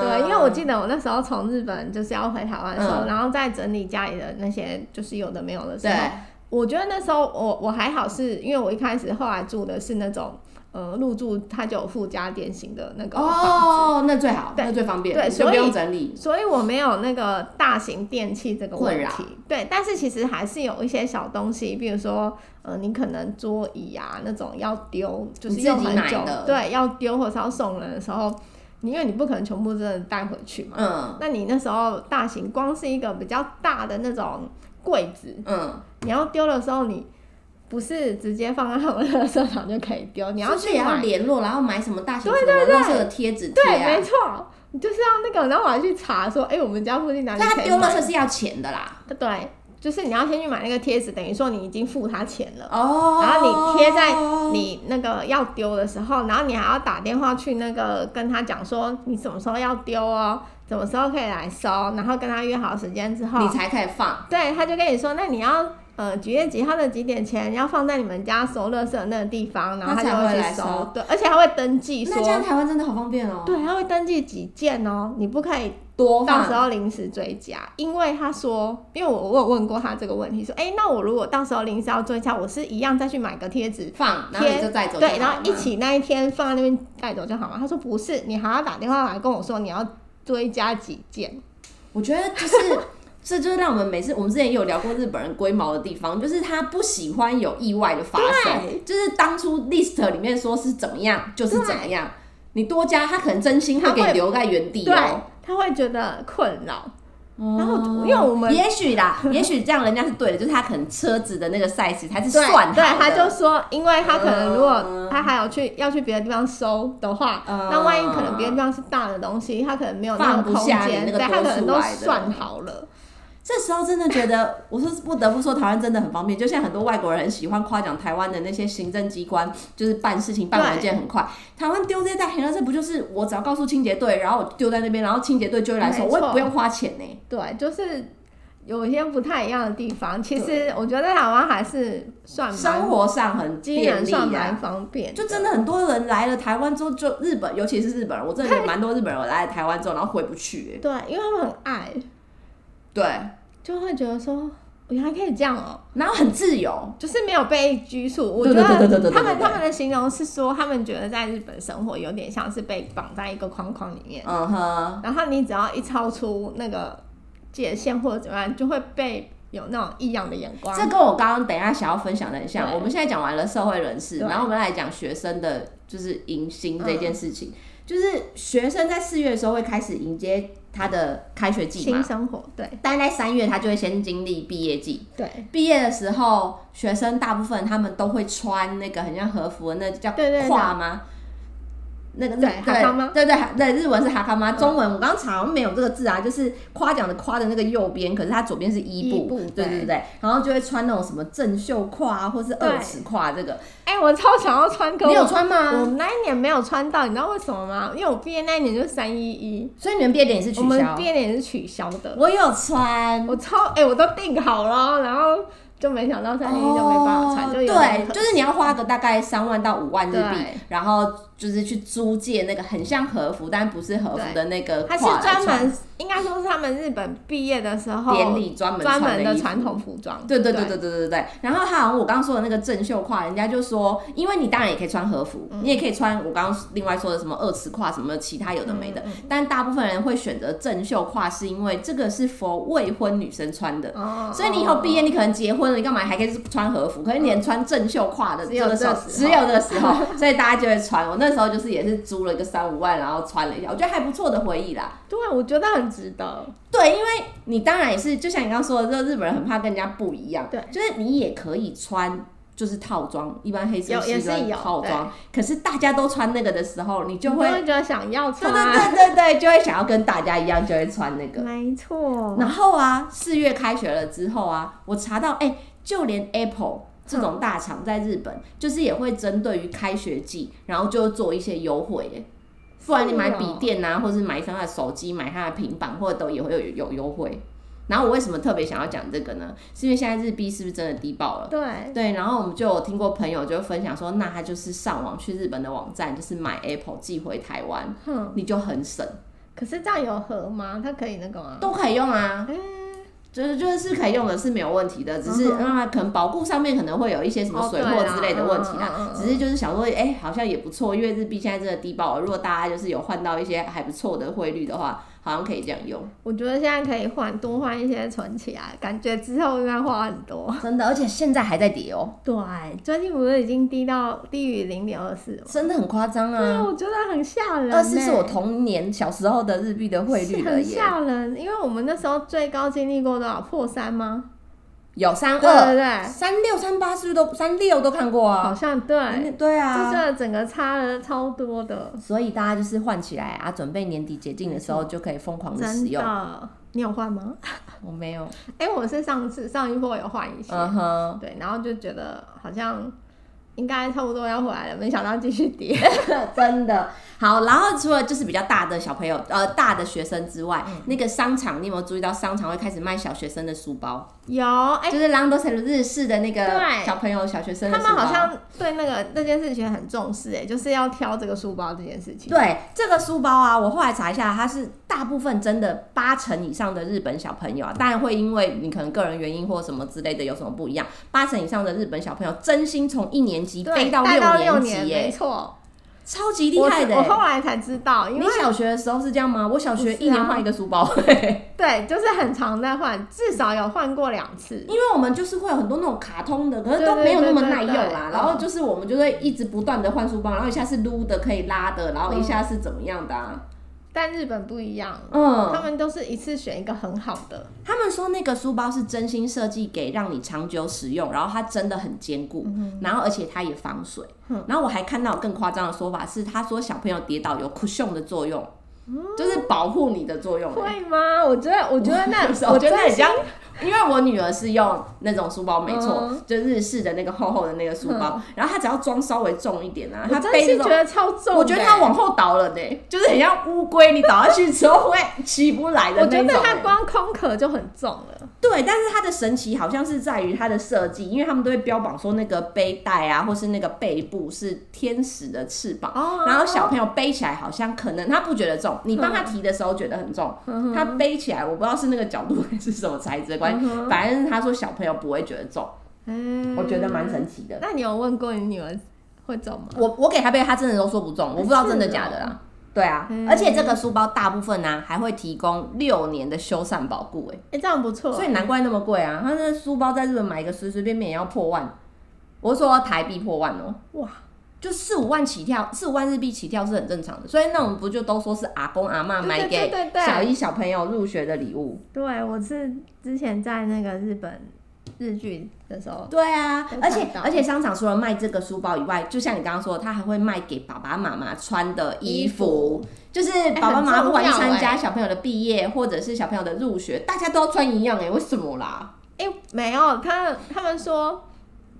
[SPEAKER 1] <laughs> 对，啊因为我记得我那时候从日本就是要回台湾的时候，
[SPEAKER 2] 嗯
[SPEAKER 1] 然后在整理家里的那些就是有的没有的时
[SPEAKER 2] 对
[SPEAKER 1] 候，我觉得那时候我我还好是，因为我一开始后来住的是那种呃入住它就有附加点型的那个房子，
[SPEAKER 2] 哦，那最好，
[SPEAKER 1] 对
[SPEAKER 2] 那最方便，
[SPEAKER 1] 对
[SPEAKER 2] 你就
[SPEAKER 1] 所
[SPEAKER 2] 不
[SPEAKER 1] 以
[SPEAKER 2] 用整理。
[SPEAKER 1] 所以我没有那个大型电器这个
[SPEAKER 2] 困
[SPEAKER 1] 问
[SPEAKER 2] 扰
[SPEAKER 1] 题，对，但是其实还是有一些小东西，比如说，呃，你可能桌椅啊那种要丢，就
[SPEAKER 2] 你
[SPEAKER 1] 是
[SPEAKER 2] 自
[SPEAKER 1] 用
[SPEAKER 2] 己
[SPEAKER 1] 很
[SPEAKER 2] 买
[SPEAKER 1] 久
[SPEAKER 2] 的，
[SPEAKER 1] 对，要丢或是要送人的时候，你因为你不可能全部真的带回去嘛，
[SPEAKER 2] 嗯
[SPEAKER 1] 那你那时候大型光是一个比较大的那种柜子，
[SPEAKER 2] 嗯，
[SPEAKER 1] 你要丢的时候你不是直接放在他们的 <laughs> 圾场就可以丢，你要
[SPEAKER 2] 是不是
[SPEAKER 1] 去
[SPEAKER 2] 也要
[SPEAKER 1] 买，
[SPEAKER 2] 联络，然后买什么大型什么垃圾的贴纸贴
[SPEAKER 1] 对，没
[SPEAKER 2] 啊。
[SPEAKER 1] 错。你就是要那个，然后我还去查说，哎、我们家附近哪里
[SPEAKER 2] 但
[SPEAKER 1] 可
[SPEAKER 2] 他
[SPEAKER 1] 以
[SPEAKER 2] 丢
[SPEAKER 1] 买
[SPEAKER 2] 垃圾是要钱的啦。
[SPEAKER 1] 对，就是你要先去买那个贴纸，等于说你已经付他钱了。
[SPEAKER 2] 哦
[SPEAKER 1] 然后你贴在你那个要丢的时候，然后你还要打电话去那个跟他讲说你什么时候要丢哦，什么时候可以来收，然后跟他约好时间之后
[SPEAKER 2] 你，才可以放。
[SPEAKER 1] 对，他就跟你说，那你要呃几月几号的几点前要放在你们家收垃圾的那个地方，然后他
[SPEAKER 2] 他才
[SPEAKER 1] 就
[SPEAKER 2] 会
[SPEAKER 1] 去
[SPEAKER 2] 来收
[SPEAKER 1] 对，而且还会登记
[SPEAKER 2] 那这样
[SPEAKER 1] 说，
[SPEAKER 2] 台湾真的好方便哦。，
[SPEAKER 1] 对，他会登记几件哦，你不可以
[SPEAKER 2] 多
[SPEAKER 1] 到
[SPEAKER 2] 放
[SPEAKER 1] 时候临时追加，因为他说，因为我我有问过他这个问题，说，哎、那我如果到时候临时要追加，我是一样再去买个贴纸
[SPEAKER 2] 放，然后你
[SPEAKER 1] 贴
[SPEAKER 2] 就带，走就好
[SPEAKER 1] 对，
[SPEAKER 2] 了嘛。
[SPEAKER 1] 然后一起那一天放在那边带走就好嘛。他说不是，你还要打电话来跟我说你要追加几件，
[SPEAKER 2] 我觉得就是。 <laughs> 这就是让我们每次，我们之前也有聊过日本人龟毛的地方，就是他不喜欢有意外的发生。就是当初 list 里面说是怎么样，就是怎么样。你多加，他可能真心会给你
[SPEAKER 1] 他会
[SPEAKER 2] 留在原地
[SPEAKER 1] 对
[SPEAKER 2] 哦。，
[SPEAKER 1] 他会觉得困扰。
[SPEAKER 2] 然
[SPEAKER 1] 然后就因为我们
[SPEAKER 2] 哦也许啦， <laughs> 也许这样人家是对的，就是他可能车子的那个 size 才是
[SPEAKER 1] 对
[SPEAKER 2] 算好的
[SPEAKER 1] 对，他就说，因为他可能如
[SPEAKER 2] 嗯
[SPEAKER 1] 果他还有去要去别的地方收的话，
[SPEAKER 2] 嗯
[SPEAKER 1] 那万一可能别的地方是大的东西，他可能没有
[SPEAKER 2] 放
[SPEAKER 1] 那
[SPEAKER 2] 不
[SPEAKER 1] 个空
[SPEAKER 2] 下你
[SPEAKER 1] 间，
[SPEAKER 2] 那个
[SPEAKER 1] 对他
[SPEAKER 2] 多
[SPEAKER 1] 可
[SPEAKER 2] 出
[SPEAKER 1] 能都
[SPEAKER 2] 来的
[SPEAKER 1] 算好了。
[SPEAKER 2] 这时候真的觉得，我是不得不说，台湾真的很方便。就像很多外国人很喜欢夸奖台湾的那些行政机关，就是办事情办文件很快。台湾丢这些大型垃圾，不就是我只要告诉清洁队，然后我丢在那边，然后清洁队就会来收，
[SPEAKER 1] 没
[SPEAKER 2] 我
[SPEAKER 1] 错
[SPEAKER 2] 也不用花钱呢、
[SPEAKER 1] 对，就是有一些不太一样的地方。其实我觉得在台湾还是算蛮
[SPEAKER 2] 生活上很
[SPEAKER 1] 机
[SPEAKER 2] 便
[SPEAKER 1] 能
[SPEAKER 2] 利
[SPEAKER 1] 算
[SPEAKER 2] 啊
[SPEAKER 1] 蛮。方便，
[SPEAKER 2] 就真的很多人来了台湾之后，就日本，尤其是日本人，我真的有蛮多日本人来了台湾之后，然后回不去、欸。
[SPEAKER 1] 对，因为他们很爱，
[SPEAKER 2] 对，
[SPEAKER 1] 就会觉得说哦原来可以这样哦、
[SPEAKER 2] 然后很自由，
[SPEAKER 1] 就是没有被拘束。我觉
[SPEAKER 2] 对
[SPEAKER 1] 得
[SPEAKER 2] 对对对对对
[SPEAKER 1] 他们
[SPEAKER 2] 对
[SPEAKER 1] 他们的形容是说，他们觉得在日本生活有点像是被绑在一个框框里面，
[SPEAKER 2] 嗯哼，
[SPEAKER 1] 然后你只要一超出那个界限或者怎么样，就会被有那种异样的眼光。
[SPEAKER 2] 这跟我刚刚等一下想要分享的很像。
[SPEAKER 1] 对
[SPEAKER 2] 我们现在讲完了社会人士，
[SPEAKER 1] 对
[SPEAKER 2] 然后我们来讲学生的，就是迎新这件事
[SPEAKER 1] 嗯
[SPEAKER 2] 情。就是学生在四月的时候会开始迎接他的开学季
[SPEAKER 1] 新
[SPEAKER 2] 嘛，
[SPEAKER 1] 生活，对
[SPEAKER 2] 但在三月他就会先经历毕业季。
[SPEAKER 1] 对
[SPEAKER 2] 毕业的时候，学生大部分他们都会穿那个很像和服的，那叫
[SPEAKER 1] 对对对
[SPEAKER 2] 胯吗？那个
[SPEAKER 1] 对
[SPEAKER 2] 对
[SPEAKER 1] 哈卡吗嗯
[SPEAKER 2] 对对对，日文是哈卡吗？中文我刚刚查好像没有这个字啊，就是夸奖的夸的那个右边，可是它左边是衣
[SPEAKER 1] 衣部
[SPEAKER 2] 对
[SPEAKER 1] 对
[SPEAKER 2] 对对，然后就会穿那种什么正袖胯啊，或是二
[SPEAKER 1] 对
[SPEAKER 2] 尺胯这个，
[SPEAKER 1] 哎、我超想要穿歌，
[SPEAKER 2] 你有穿
[SPEAKER 1] 我
[SPEAKER 2] 吗？
[SPEAKER 1] 们那一年没有穿到，你知道为什么吗？因为我毕业那一年就是三一一，
[SPEAKER 2] 所以你们毕业典礼是取
[SPEAKER 1] 我们
[SPEAKER 2] 消啊哦
[SPEAKER 1] 毕？业典礼是取消的。
[SPEAKER 2] 我有穿，
[SPEAKER 1] 我超哎、我都订好了，然后就没想到三一一就没办法穿，
[SPEAKER 2] 哦
[SPEAKER 1] 就有点
[SPEAKER 2] 对，
[SPEAKER 1] 可
[SPEAKER 2] 就是你要花个大概三万到五万日币
[SPEAKER 1] 对，
[SPEAKER 2] 然后就是去租借那个很像和服，但不是和服的那个
[SPEAKER 1] 他是
[SPEAKER 2] 跨栏
[SPEAKER 1] 专
[SPEAKER 2] 穿
[SPEAKER 1] 门，应该说是他们日本毕业的时候
[SPEAKER 2] 典礼专门
[SPEAKER 1] 专
[SPEAKER 2] 穿
[SPEAKER 1] 门的
[SPEAKER 2] 衣服
[SPEAKER 1] 传统。服装。
[SPEAKER 2] 对对对对对对对对，然后他好像我刚刚说的那个正袖胯，人家就说，因为你当然也可以穿和服，
[SPEAKER 1] 嗯
[SPEAKER 2] 你也可以穿我刚刚另外说的什么二尺胯什么其他有的没的，
[SPEAKER 1] 嗯
[SPEAKER 2] 但大部分人会选择正袖胯，是因为这个是 for 未婚女生穿的，
[SPEAKER 1] 哦，
[SPEAKER 2] 所以你以后毕业，你可能结婚了，你干嘛还可以穿和服？可是你连穿正袖胯的
[SPEAKER 1] 只
[SPEAKER 2] 这
[SPEAKER 1] 有
[SPEAKER 2] 个时候
[SPEAKER 1] 这，时
[SPEAKER 2] 只
[SPEAKER 1] 候
[SPEAKER 2] 有这个时候，所以大家就会穿。我那时候就是也是租了一个三五万，然后穿了一下，我觉得还不错的回忆啦。
[SPEAKER 1] 对，啊我觉得很值得。
[SPEAKER 2] 对，因为你当然也是，就像你刚刚说的，这日本人很怕跟人家不一样，
[SPEAKER 1] 对
[SPEAKER 2] 就是你也可以穿。就是套装，一般黑色
[SPEAKER 1] 有也
[SPEAKER 2] 西装
[SPEAKER 1] 是有
[SPEAKER 2] 套装。可是大家都穿那个的时候，你就
[SPEAKER 1] 你
[SPEAKER 2] 会，
[SPEAKER 1] 会觉得想要
[SPEAKER 2] 对
[SPEAKER 1] 穿，啊
[SPEAKER 2] 对对对对，就会想要跟大家一样，就会穿那个。
[SPEAKER 1] 没错。
[SPEAKER 2] 然后啊，四月开学了之后啊，我查到，哎、就连 Apple 这种大厂在日本，就是也会针对于开学季，然后就做一些优惠、哎，不然你买笔电啊，或是买他的手机、买他的平板，或者都也会有有优惠。然后我为什么特别想要讲这个呢？是因为现在日币是不是真的低爆了？
[SPEAKER 1] 对，
[SPEAKER 2] 对，然后我们就有听过朋友就分享说，那他就是上网去日本的网站，就是买 Apple 寄回台湾，
[SPEAKER 1] 哼，
[SPEAKER 2] 你就很省，
[SPEAKER 1] 可是这样有合吗？它可以那个吗？
[SPEAKER 2] 都可以用啊。
[SPEAKER 1] 嗯，
[SPEAKER 2] 就是就是是可以用的，是没有问题的，只是
[SPEAKER 1] 嗯哼
[SPEAKER 2] 啊、可能保固上面可能会有一些什么
[SPEAKER 1] 哦
[SPEAKER 2] 水
[SPEAKER 1] 对
[SPEAKER 2] 货
[SPEAKER 1] 啦
[SPEAKER 2] 之类的问题啦。
[SPEAKER 1] 嗯嗯嗯嗯
[SPEAKER 2] 只是就是想说，哎、好像也不错，因为日币现在真的低保了，如果大家就是有换到一些还不错的汇率的话，好像可以这样用。
[SPEAKER 1] 我觉得现在可以换多换一些存起来，感觉之后应该花很多。
[SPEAKER 2] 真的，而且现在还在跌哦、
[SPEAKER 1] 对，最近不是已经低到低于零点二四了吗？
[SPEAKER 2] 真的很夸张
[SPEAKER 1] 对
[SPEAKER 2] 啊
[SPEAKER 1] 啊，！我觉得很吓人、欸。
[SPEAKER 2] 二四是我童年小时候的日币的汇率
[SPEAKER 1] 是
[SPEAKER 2] 了
[SPEAKER 1] 很
[SPEAKER 2] 耶，
[SPEAKER 1] 吓人，因为我们那时候最高经历过多少破三吗？
[SPEAKER 2] 有三
[SPEAKER 1] 对对
[SPEAKER 2] 二、
[SPEAKER 1] 对，
[SPEAKER 2] 三六、三八，是不是都三六都看过
[SPEAKER 1] 好
[SPEAKER 2] 啊？
[SPEAKER 1] 像对，
[SPEAKER 2] 对
[SPEAKER 1] 就
[SPEAKER 2] 啊，
[SPEAKER 1] 这整个差了超多的，
[SPEAKER 2] 所以大家就是换起来啊，准备年底解禁的时候就可以疯狂的使
[SPEAKER 1] 真
[SPEAKER 2] 用。
[SPEAKER 1] 的。你有换吗？ <laughs>
[SPEAKER 2] 我没有，
[SPEAKER 1] 哎、我是上次上一波有换一些，
[SPEAKER 2] 嗯哼， <laughs>
[SPEAKER 1] 对，然后就觉得好像应该差不多要回来了，没想到继续跌。
[SPEAKER 2] <laughs> 真的好。然后除了就是比较大的小朋友，呃，大的学生之外，
[SPEAKER 1] 嗯
[SPEAKER 2] 那个商场，你有没有注意到商场会开始卖小学生的书包？
[SPEAKER 1] 有哎、
[SPEAKER 2] 就是朗多城日式的那个
[SPEAKER 1] 对
[SPEAKER 2] 小朋友、小学生的
[SPEAKER 1] 他
[SPEAKER 2] 书
[SPEAKER 1] 们
[SPEAKER 2] 包。
[SPEAKER 1] 好像对那个那件事情很重视、哎，就是要挑这个书包这件事情。
[SPEAKER 2] 对这个书包啊，我后来查一下，它是大部分真的八成以上的日本小朋友啊，当然会因为你可能个人原因或什么之类的有什么不一样，八成以上的日本小朋友真心从一年级
[SPEAKER 1] 对，
[SPEAKER 2] 飞到
[SPEAKER 1] 带到六
[SPEAKER 2] 年级、
[SPEAKER 1] 没
[SPEAKER 2] 耶，
[SPEAKER 1] 错，
[SPEAKER 2] 超级厉
[SPEAKER 1] 我
[SPEAKER 2] 害的、
[SPEAKER 1] 我
[SPEAKER 2] 欸。
[SPEAKER 1] 后来才知道，因
[SPEAKER 2] 你
[SPEAKER 1] 为
[SPEAKER 2] 小学的时候是这样吗？我小学
[SPEAKER 1] 不是
[SPEAKER 2] 一年
[SPEAKER 1] 啊
[SPEAKER 2] 换一个书包、
[SPEAKER 1] 对，就是很常在换，至少有换过两次。
[SPEAKER 2] 因为我们就是会有很多那种卡通的，可是都没有那么耐用
[SPEAKER 1] 对对对
[SPEAKER 2] 啦
[SPEAKER 1] 对。对嗯
[SPEAKER 2] 然后就是我们就会一直不断的换书包，然后一下是撸的可以拉的，然后
[SPEAKER 1] 嗯
[SPEAKER 2] 一下是怎么样的、啊？
[SPEAKER 1] 但日本不一样，他
[SPEAKER 2] 嗯，
[SPEAKER 1] 们都是一次选一个很好的，
[SPEAKER 2] 他们说那个书包是真心设计给让你长久使用，然后它真的很坚固，
[SPEAKER 1] 嗯
[SPEAKER 2] 然后而且它也防水。然后我还看到更夸张的说法是，他说小朋友跌倒有 cushion 的作用，就是保护你的作用、欸
[SPEAKER 1] 嗯会吗？我觉 <laughs> 得，我觉得那，
[SPEAKER 2] 我觉得很
[SPEAKER 1] 真心
[SPEAKER 2] 像，因为我女儿是用那种书包，没错，
[SPEAKER 1] 嗯
[SPEAKER 2] 就日式的那个厚厚的那个书包，然后她只要装稍微重一点啊，她
[SPEAKER 1] 我真
[SPEAKER 2] 背这
[SPEAKER 1] 心觉
[SPEAKER 2] 种。
[SPEAKER 1] 得超重的、欸
[SPEAKER 2] 我觉得她往后倒了呢、就是很像乌龟，你倒下去之后会起不来的
[SPEAKER 1] 我
[SPEAKER 2] 那
[SPEAKER 1] 觉
[SPEAKER 2] 种、
[SPEAKER 1] 得它
[SPEAKER 2] 欸。
[SPEAKER 1] 光空壳就很重了，
[SPEAKER 2] 对，但是它的神奇好像是在于它的设计，因为他们都会标榜说那个背带啊，或是那个背部是天使的翅膀，
[SPEAKER 1] 哦
[SPEAKER 2] 然后小朋友背起来好像可能他不觉得重，你帮他提的时候觉得很重，
[SPEAKER 1] 嗯
[SPEAKER 2] 他背起来我不知道是那个角度还是什么材质的关系，反正他说小朋友不会觉得重，
[SPEAKER 1] 嗯
[SPEAKER 2] 我觉得蛮神奇的。
[SPEAKER 1] 那你有问过你女儿会走吗？
[SPEAKER 2] 我我给他背，他真的都说不中，我不知道真的假的
[SPEAKER 1] 是
[SPEAKER 2] 啦。对啊，
[SPEAKER 1] 嗯
[SPEAKER 2] 而且这个书包大部分呢、啊还会提供六年的修缮保固、欸，
[SPEAKER 1] 哎、这样不错，
[SPEAKER 2] 所以难怪那么贵啊！他那书包在日本买一个随随便便也要破万，我是说台币破万哦、
[SPEAKER 1] 哇，
[SPEAKER 2] 就四五万起跳，四五万日币起跳是很正常的。所以那我们不就都说是阿公阿妈
[SPEAKER 1] 对
[SPEAKER 2] 买
[SPEAKER 1] 对
[SPEAKER 2] 给
[SPEAKER 1] 对对对
[SPEAKER 2] 小一小朋友入学的礼物？
[SPEAKER 1] 对我是之前在那个日本日剧的时候，
[SPEAKER 2] 对啊
[SPEAKER 1] 都，
[SPEAKER 2] 而且
[SPEAKER 1] 看到
[SPEAKER 2] 而且商场除了卖这个书包以外，就像你刚刚说的，他还会卖给爸爸妈妈穿的衣服，哎就是爸爸妈
[SPEAKER 1] 很
[SPEAKER 2] 妈
[SPEAKER 1] 重
[SPEAKER 2] 不管是
[SPEAKER 1] 要
[SPEAKER 2] 参加
[SPEAKER 1] 欸
[SPEAKER 2] 小朋友的毕业，或者是小朋友的入学，大家都要穿一样哎、为什么啦？
[SPEAKER 1] 哎、没有，他他们说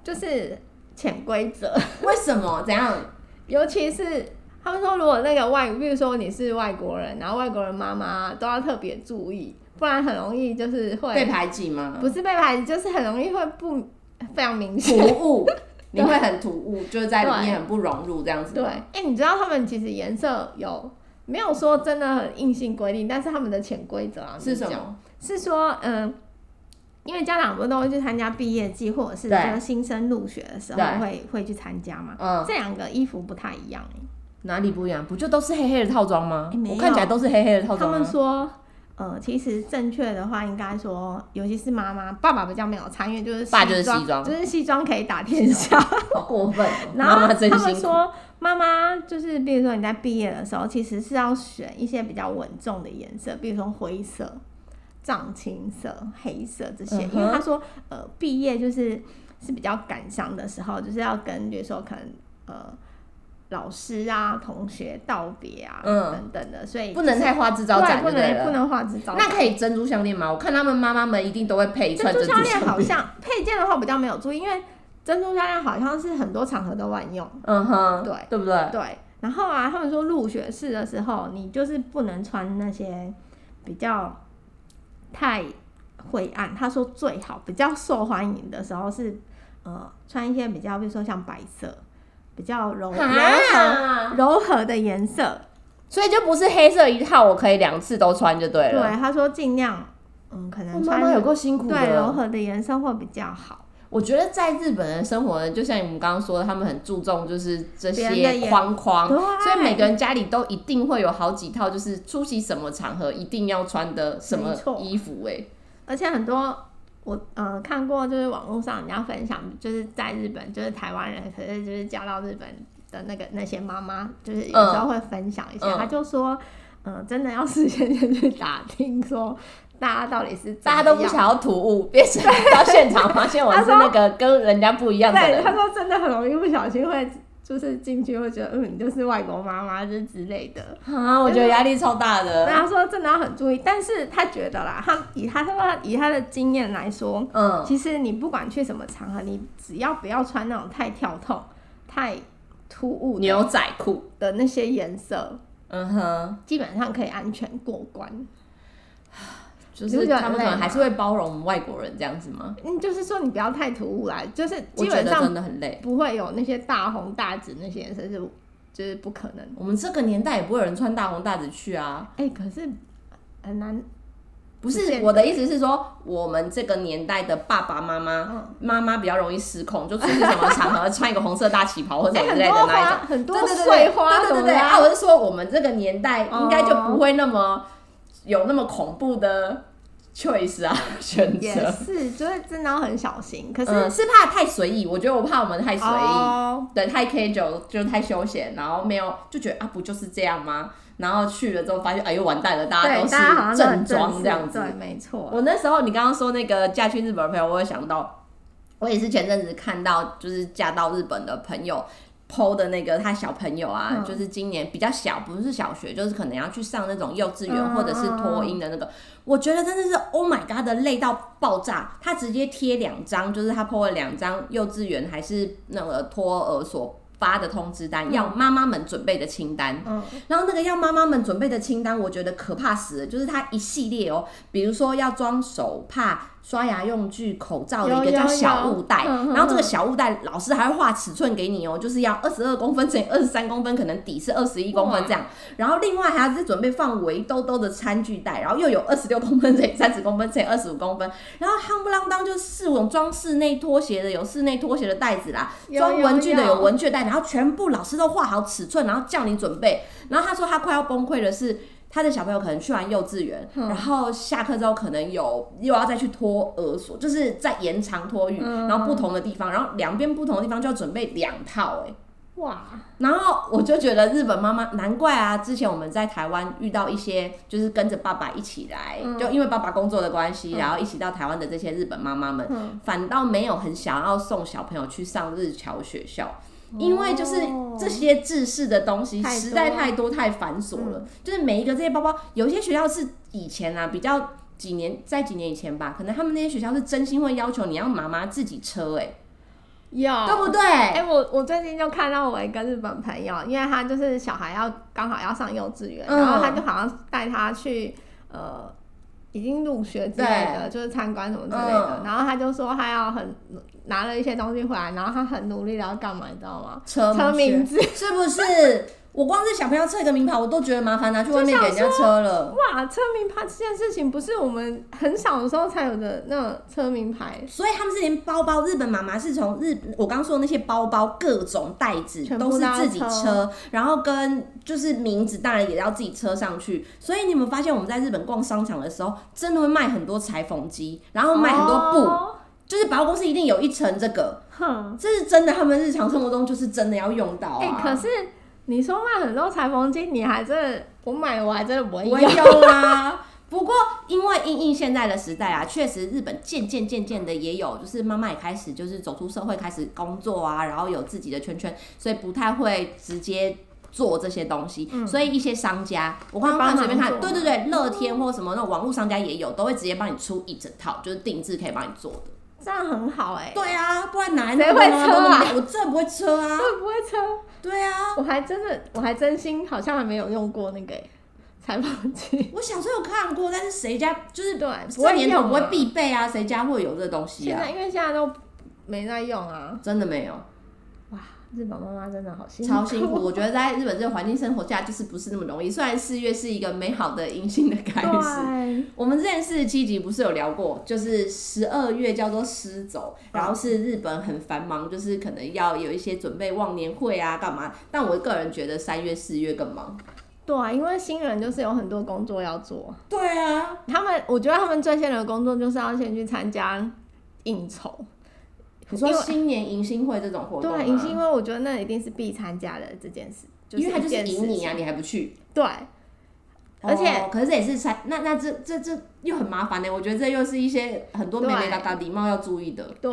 [SPEAKER 1] 就是潜规则， <laughs>
[SPEAKER 2] 为什么？怎样？
[SPEAKER 1] 尤其是他们说如果那个外，比如说你是外国人，然后外国人妈妈都要特别注意，不然很容易就是会
[SPEAKER 2] 被排挤 <laughs> 吗？
[SPEAKER 1] 不是被排挤，就是很容易会不非常明
[SPEAKER 2] 突
[SPEAKER 1] 显。
[SPEAKER 2] 兀，你会很突兀，就是在里面很不融入这样子。
[SPEAKER 1] 对，哎、你知道他们其实颜色有没有说真的很硬性规定，但是他们的潜规则啊
[SPEAKER 2] 是什
[SPEAKER 1] 么？
[SPEAKER 2] 么？
[SPEAKER 1] 是说，嗯，因为家长不都会去参加毕业季，或者是
[SPEAKER 2] 对
[SPEAKER 1] 就是新生入学的时候
[SPEAKER 2] 对
[SPEAKER 1] 会会去参加嘛？
[SPEAKER 2] 嗯，
[SPEAKER 1] 这两个衣服不太一样、
[SPEAKER 2] 哪里不一样？不就都是黑黑的套装吗
[SPEAKER 1] 诶哎没有
[SPEAKER 2] 都是黑黑的啊
[SPEAKER 1] 他
[SPEAKER 2] 吗
[SPEAKER 1] 们说，呃，其实正确的话应该说，尤其是妈妈、爸爸比较没有参与，就是
[SPEAKER 2] 爸就是西
[SPEAKER 1] 装，
[SPEAKER 2] 装
[SPEAKER 1] 就是西装可以打天下。
[SPEAKER 2] <laughs> 好
[SPEAKER 1] <laughs>
[SPEAKER 2] 过分哦，
[SPEAKER 1] 然后
[SPEAKER 2] 妈妈真
[SPEAKER 1] 他们
[SPEAKER 2] 辛苦。
[SPEAKER 1] 说，妈妈就是比如说你在毕业的时候，其实是要选一些比较稳重的颜色，比如说灰色、藏青色、黑色这些，
[SPEAKER 2] 嗯哼
[SPEAKER 1] 因为他说，呃，毕业就是是比较感伤的时候，就是要跟比如说可能呃老师啊、同学道别啊、
[SPEAKER 2] 嗯
[SPEAKER 1] 等等的，所以
[SPEAKER 2] 不能太花枝招
[SPEAKER 1] 对
[SPEAKER 2] 展，
[SPEAKER 1] 不
[SPEAKER 2] 就对
[SPEAKER 1] 能
[SPEAKER 2] 了。
[SPEAKER 1] 不能画枝招
[SPEAKER 2] 那
[SPEAKER 1] 展。
[SPEAKER 2] 可以珍珠项链吗？我看他们妈妈们一定都会配一
[SPEAKER 1] 珍
[SPEAKER 2] 串
[SPEAKER 1] 珠
[SPEAKER 2] 珍
[SPEAKER 1] 项
[SPEAKER 2] 珠
[SPEAKER 1] 链
[SPEAKER 2] 项
[SPEAKER 1] 好
[SPEAKER 2] 链。
[SPEAKER 1] 像配件的话比较没有注意，因为珍珠项链好像是很多场合都万用。
[SPEAKER 2] 嗯哼，
[SPEAKER 1] 对
[SPEAKER 2] 对不对？
[SPEAKER 1] 对，然后啊，他们说入学式的时候，你就是不能穿那些比较太晦暗。他说最好比较受欢迎的时候是，呃，穿一些比较，比如说像白色，比较柔柔和
[SPEAKER 2] 啊，
[SPEAKER 1] 柔和的颜色。
[SPEAKER 2] 所以就不是黑色一套，我可以两次都穿就对
[SPEAKER 1] 对
[SPEAKER 2] 了。，
[SPEAKER 1] 他说尽量，嗯，可能
[SPEAKER 2] 我妈
[SPEAKER 1] 穿
[SPEAKER 2] 妈有够辛苦的，
[SPEAKER 1] 对柔和的颜色会比较好。
[SPEAKER 2] 我觉得在日本人生活，就像你们刚刚说的，他们很注重就是这
[SPEAKER 1] 别人的
[SPEAKER 2] 些
[SPEAKER 1] 眼
[SPEAKER 2] 框框，
[SPEAKER 1] 对
[SPEAKER 2] 所以每个人家里都一定会有好几套，就是出席什么场合一定要穿的什么
[SPEAKER 1] 没错
[SPEAKER 2] 衣服、欸。
[SPEAKER 1] 而且很多我呃看过，就是网络上人家分享，就是在日本，就是台湾人，可是就是嫁到日本的那个那些妈妈，就是有时候会分享一下，
[SPEAKER 2] 嗯嗯
[SPEAKER 1] 她就说，呃，真的要事先先去打听说大家到底是怎
[SPEAKER 2] 大
[SPEAKER 1] 么
[SPEAKER 2] 家
[SPEAKER 1] 样
[SPEAKER 2] 都不想要突兀，变成到现场发现我是
[SPEAKER 1] <laughs>
[SPEAKER 2] 那个跟人家不一样的
[SPEAKER 1] 对，她
[SPEAKER 2] 人。
[SPEAKER 1] 说真的很容易不小心会就是进去会觉得，嗯，你就是外国妈妈这之类的。
[SPEAKER 2] <laughs> 啊，我觉得压力超大
[SPEAKER 1] 对，
[SPEAKER 2] 的。
[SPEAKER 1] 她说真的要很注意，但是她觉得啦，她以她说以她的经验来说，
[SPEAKER 2] 嗯，
[SPEAKER 1] 其实你不管去什么场合，你只要不要穿那种太跳痛、太突兀的
[SPEAKER 2] 牛仔裤，
[SPEAKER 1] 的那些颜色，
[SPEAKER 2] 嗯哼，
[SPEAKER 1] 基本上可以安全过关。
[SPEAKER 2] 就
[SPEAKER 1] 你不
[SPEAKER 2] 是
[SPEAKER 1] 觉得
[SPEAKER 2] 他们
[SPEAKER 1] 很累
[SPEAKER 2] 可能还
[SPEAKER 1] 吗
[SPEAKER 2] 是会包容我们外国人这样子吗？
[SPEAKER 1] 嗯，就是说你不要太突兀啦，就是
[SPEAKER 2] 我
[SPEAKER 1] 基
[SPEAKER 2] 觉
[SPEAKER 1] 本
[SPEAKER 2] 得真
[SPEAKER 1] 上
[SPEAKER 2] 的很累。
[SPEAKER 1] 不会有那些大红大紫那些颜色是就是不可能。
[SPEAKER 2] 我们这个年代也不会有人穿大红大紫去啊。
[SPEAKER 1] 哎、可是很难，
[SPEAKER 2] 不
[SPEAKER 1] 不
[SPEAKER 2] 是
[SPEAKER 1] 见
[SPEAKER 2] 我的意思是说，我们这个年代的爸爸妈妈
[SPEAKER 1] 嗯，
[SPEAKER 2] 妈妈比较容易失控，就出去什么场合穿一个红色大旗袍或者
[SPEAKER 1] 哎、
[SPEAKER 2] 什
[SPEAKER 1] 很
[SPEAKER 2] 么 <laughs> 之类的
[SPEAKER 1] 多
[SPEAKER 2] 那一
[SPEAKER 1] 花
[SPEAKER 2] 种，
[SPEAKER 1] 很
[SPEAKER 2] 对
[SPEAKER 1] 多
[SPEAKER 2] 对对
[SPEAKER 1] 碎花
[SPEAKER 2] 对
[SPEAKER 1] 什
[SPEAKER 2] 对
[SPEAKER 1] 么
[SPEAKER 2] 对
[SPEAKER 1] 的
[SPEAKER 2] 对
[SPEAKER 1] 啊
[SPEAKER 2] 啊！我是说我们这个年代应该就不会那么有那么恐怖的 choice 啊 <laughs> 选
[SPEAKER 1] 也
[SPEAKER 2] 择，
[SPEAKER 1] 是，就是真的要很小心。可是、
[SPEAKER 2] 嗯，是怕太随意，我觉得我怕我们太随意。
[SPEAKER 1] 哦
[SPEAKER 2] 对，太 K 九就太休闲，然后没有就觉得啊，不就是这样吗？然后去了之后发现，哎呦完蛋了，大家
[SPEAKER 1] 对，
[SPEAKER 2] 都
[SPEAKER 1] 大家好像
[SPEAKER 2] 是
[SPEAKER 1] 都很
[SPEAKER 2] 正
[SPEAKER 1] 正
[SPEAKER 2] 装
[SPEAKER 1] 式
[SPEAKER 2] 这样子，
[SPEAKER 1] 对，没错。啊
[SPEAKER 2] 我那时候你刚刚说那个嫁去日本的朋友，我有想到，我也是前阵子看到，就是嫁到日本的朋友。PO 的那个他小朋友啊，
[SPEAKER 1] 嗯
[SPEAKER 2] 就是今年比较小，不是小学，就是可能要去上那种幼稚园
[SPEAKER 1] 嗯
[SPEAKER 2] 或者是托婴的那个，我觉得真的是 Oh my God 的累到爆炸。他直接贴两张，就是他 PO 了两张幼稚园还是那个托儿所发的通知单，
[SPEAKER 1] 嗯
[SPEAKER 2] 要妈妈们准备的清单。
[SPEAKER 1] 嗯，
[SPEAKER 2] 然后那个要妈妈们准备的清单，我觉得可怕死了，就是它一系列哦，比如说要装手帕、刷牙用具、口罩的
[SPEAKER 1] 有
[SPEAKER 2] 一个叫
[SPEAKER 1] 有
[SPEAKER 2] 小
[SPEAKER 1] 有
[SPEAKER 2] 物袋，
[SPEAKER 1] 嗯嗯
[SPEAKER 2] 然后这个
[SPEAKER 1] 嗯
[SPEAKER 2] 小物袋老师还会画尺寸给你哦，就是要二十二公分乘以二十三公分，可能底是二十一公分这样。然后另外还要是准备放围兜兜的餐具袋，然后又有二十六公分乘以三十公分乘以二十五公分，然后夯不啷当就是四种装室内拖鞋的有室内拖鞋的袋子啦，
[SPEAKER 1] 有
[SPEAKER 2] 装文具的
[SPEAKER 1] 有
[SPEAKER 2] 有
[SPEAKER 1] 有
[SPEAKER 2] 文具袋，然后全部老师都画好尺寸，然后叫你准备。然后他说他快要崩溃的是。他的小朋友可能去完幼稚园，
[SPEAKER 1] 嗯
[SPEAKER 2] 然后下课之后可能有又要再去托儿所，就是在延长托育，
[SPEAKER 1] 嗯
[SPEAKER 2] 然后不同的地方，然后两边不同的地方就要准备两套、欸，
[SPEAKER 1] 嗯哇，
[SPEAKER 2] 然后我就觉得日本妈妈难怪啊，之前我们在台湾遇到一些就是跟着爸爸一起来，
[SPEAKER 1] 嗯
[SPEAKER 2] 就因为爸爸工作的关系，
[SPEAKER 1] 嗯
[SPEAKER 2] 然后一起到台湾的这些日本妈妈们，
[SPEAKER 1] 嗯
[SPEAKER 2] 反倒没有很想要送小朋友去上日侨学校。因为就是
[SPEAKER 1] 哦
[SPEAKER 2] 这些制式的东西
[SPEAKER 1] 太多
[SPEAKER 2] 实在太多太繁琐了，就是每一个这些包包，有一些学校是以前啊比较几年在几年以前吧，可能他们那些学校是真心会要求你要妈妈自己车、欸，
[SPEAKER 1] 有
[SPEAKER 2] 哎，对不对？
[SPEAKER 1] 哎、我我最近就看到我一个日本朋友，因为他就是小孩要刚好要上幼稚园，
[SPEAKER 2] 嗯
[SPEAKER 1] 然后他就好像带他去呃已经入学之类的，就是参观什么之类的。
[SPEAKER 2] 嗯
[SPEAKER 1] 然后他就说他要很拿了一些东西回来，然后他很努力的要干嘛，你知道吗？
[SPEAKER 2] 车
[SPEAKER 1] 车名字，
[SPEAKER 2] <laughs> 是不是？我光是小朋友测一个名牌，我都觉得麻烦，拿去外面给人家车了。
[SPEAKER 1] 哇，车名牌这件事情不是我们很小的时候才有的那种车名牌，
[SPEAKER 2] 所以他们是连包包，日本妈妈是从日我刚说的那些包包各种袋子
[SPEAKER 1] 全部
[SPEAKER 2] 都是
[SPEAKER 1] 都要
[SPEAKER 2] 自己
[SPEAKER 1] 车
[SPEAKER 2] 车，然后跟就是名字当然也要自己车上去。所以你有没有发现我们在日本逛商场的时候，真的会卖很多裁缝机，然后卖很多布，
[SPEAKER 1] 哦
[SPEAKER 2] 就是百货公司一定有一层这个，
[SPEAKER 1] 哼，
[SPEAKER 2] 这是真的，他们日常生活中就是真的要用到啊。
[SPEAKER 1] 哎、可是你说卖很多裁缝机，你还真的我买了我还真的不会
[SPEAKER 2] 我
[SPEAKER 1] 用。
[SPEAKER 2] 有啊。 <laughs> 不过，因为因应现在的时代啊，确实日本渐渐渐渐的也有，就是妈妈也开始就是走出社会，开始工作啊，然后有自己的圈圈，所以不太会直接做这些东西。所以一些商家，我刚刚看随便看，
[SPEAKER 1] 会帮忙
[SPEAKER 2] 对
[SPEAKER 1] 做
[SPEAKER 2] 对对，乐天或什么那种网络商家也有，都会直接帮你出一整套，就是定制可以帮你做的。
[SPEAKER 1] 这样很好哎、
[SPEAKER 2] 对啊，不然哪来
[SPEAKER 1] 谁会
[SPEAKER 2] 那么多
[SPEAKER 1] 车啊
[SPEAKER 2] 我真的不会车啊。
[SPEAKER 1] 会不会车？
[SPEAKER 2] 对啊，
[SPEAKER 1] 我还真的，我还真心好像还没有用过那个欸裁缝机。
[SPEAKER 2] 我小时候有看过，但是谁家就是
[SPEAKER 1] 对，不
[SPEAKER 2] 这
[SPEAKER 1] 会
[SPEAKER 2] 年头
[SPEAKER 1] 用
[SPEAKER 2] 不会
[SPEAKER 1] 啊
[SPEAKER 2] 必备啊，谁家会有这东西
[SPEAKER 1] 现
[SPEAKER 2] 啊？
[SPEAKER 1] 在因为现在都没在用啊。
[SPEAKER 2] 真的没有，
[SPEAKER 1] 哇，日本妈妈真的好辛苦，
[SPEAKER 2] 超辛苦。。我觉得在日本这个环境生活下，就是不是那么容易。虽然四月是一个美好的阴性的开始，
[SPEAKER 1] 对，
[SPEAKER 2] 我们之前四十七集不是有聊过，就是十二月叫做狮走，然后是日本很繁忙，就是可能要有一些准备忘年会啊，干嘛？但我个人觉得三月、四月更忙。
[SPEAKER 1] 对啊，因为新人就是有很多工作要做，
[SPEAKER 2] 对啊，
[SPEAKER 1] 他们我觉得他们最先的工作就是要先去参加应酬。
[SPEAKER 2] 你说
[SPEAKER 1] 因为
[SPEAKER 2] 新年迎啊新会这种活动吗，
[SPEAKER 1] 对，迎啊新会我觉得那一定是必参加的这件事，
[SPEAKER 2] 因为它就
[SPEAKER 1] 一
[SPEAKER 2] 是
[SPEAKER 1] 件事
[SPEAKER 2] 迎你啊，
[SPEAKER 1] 情。
[SPEAKER 2] 你还不去。
[SPEAKER 1] 对，而且
[SPEAKER 2] 哦可是这也是才那那这这这又很麻烦呢、欸我觉得这又是一些很多美美嘎嘎礼貌要注意的。
[SPEAKER 1] 对，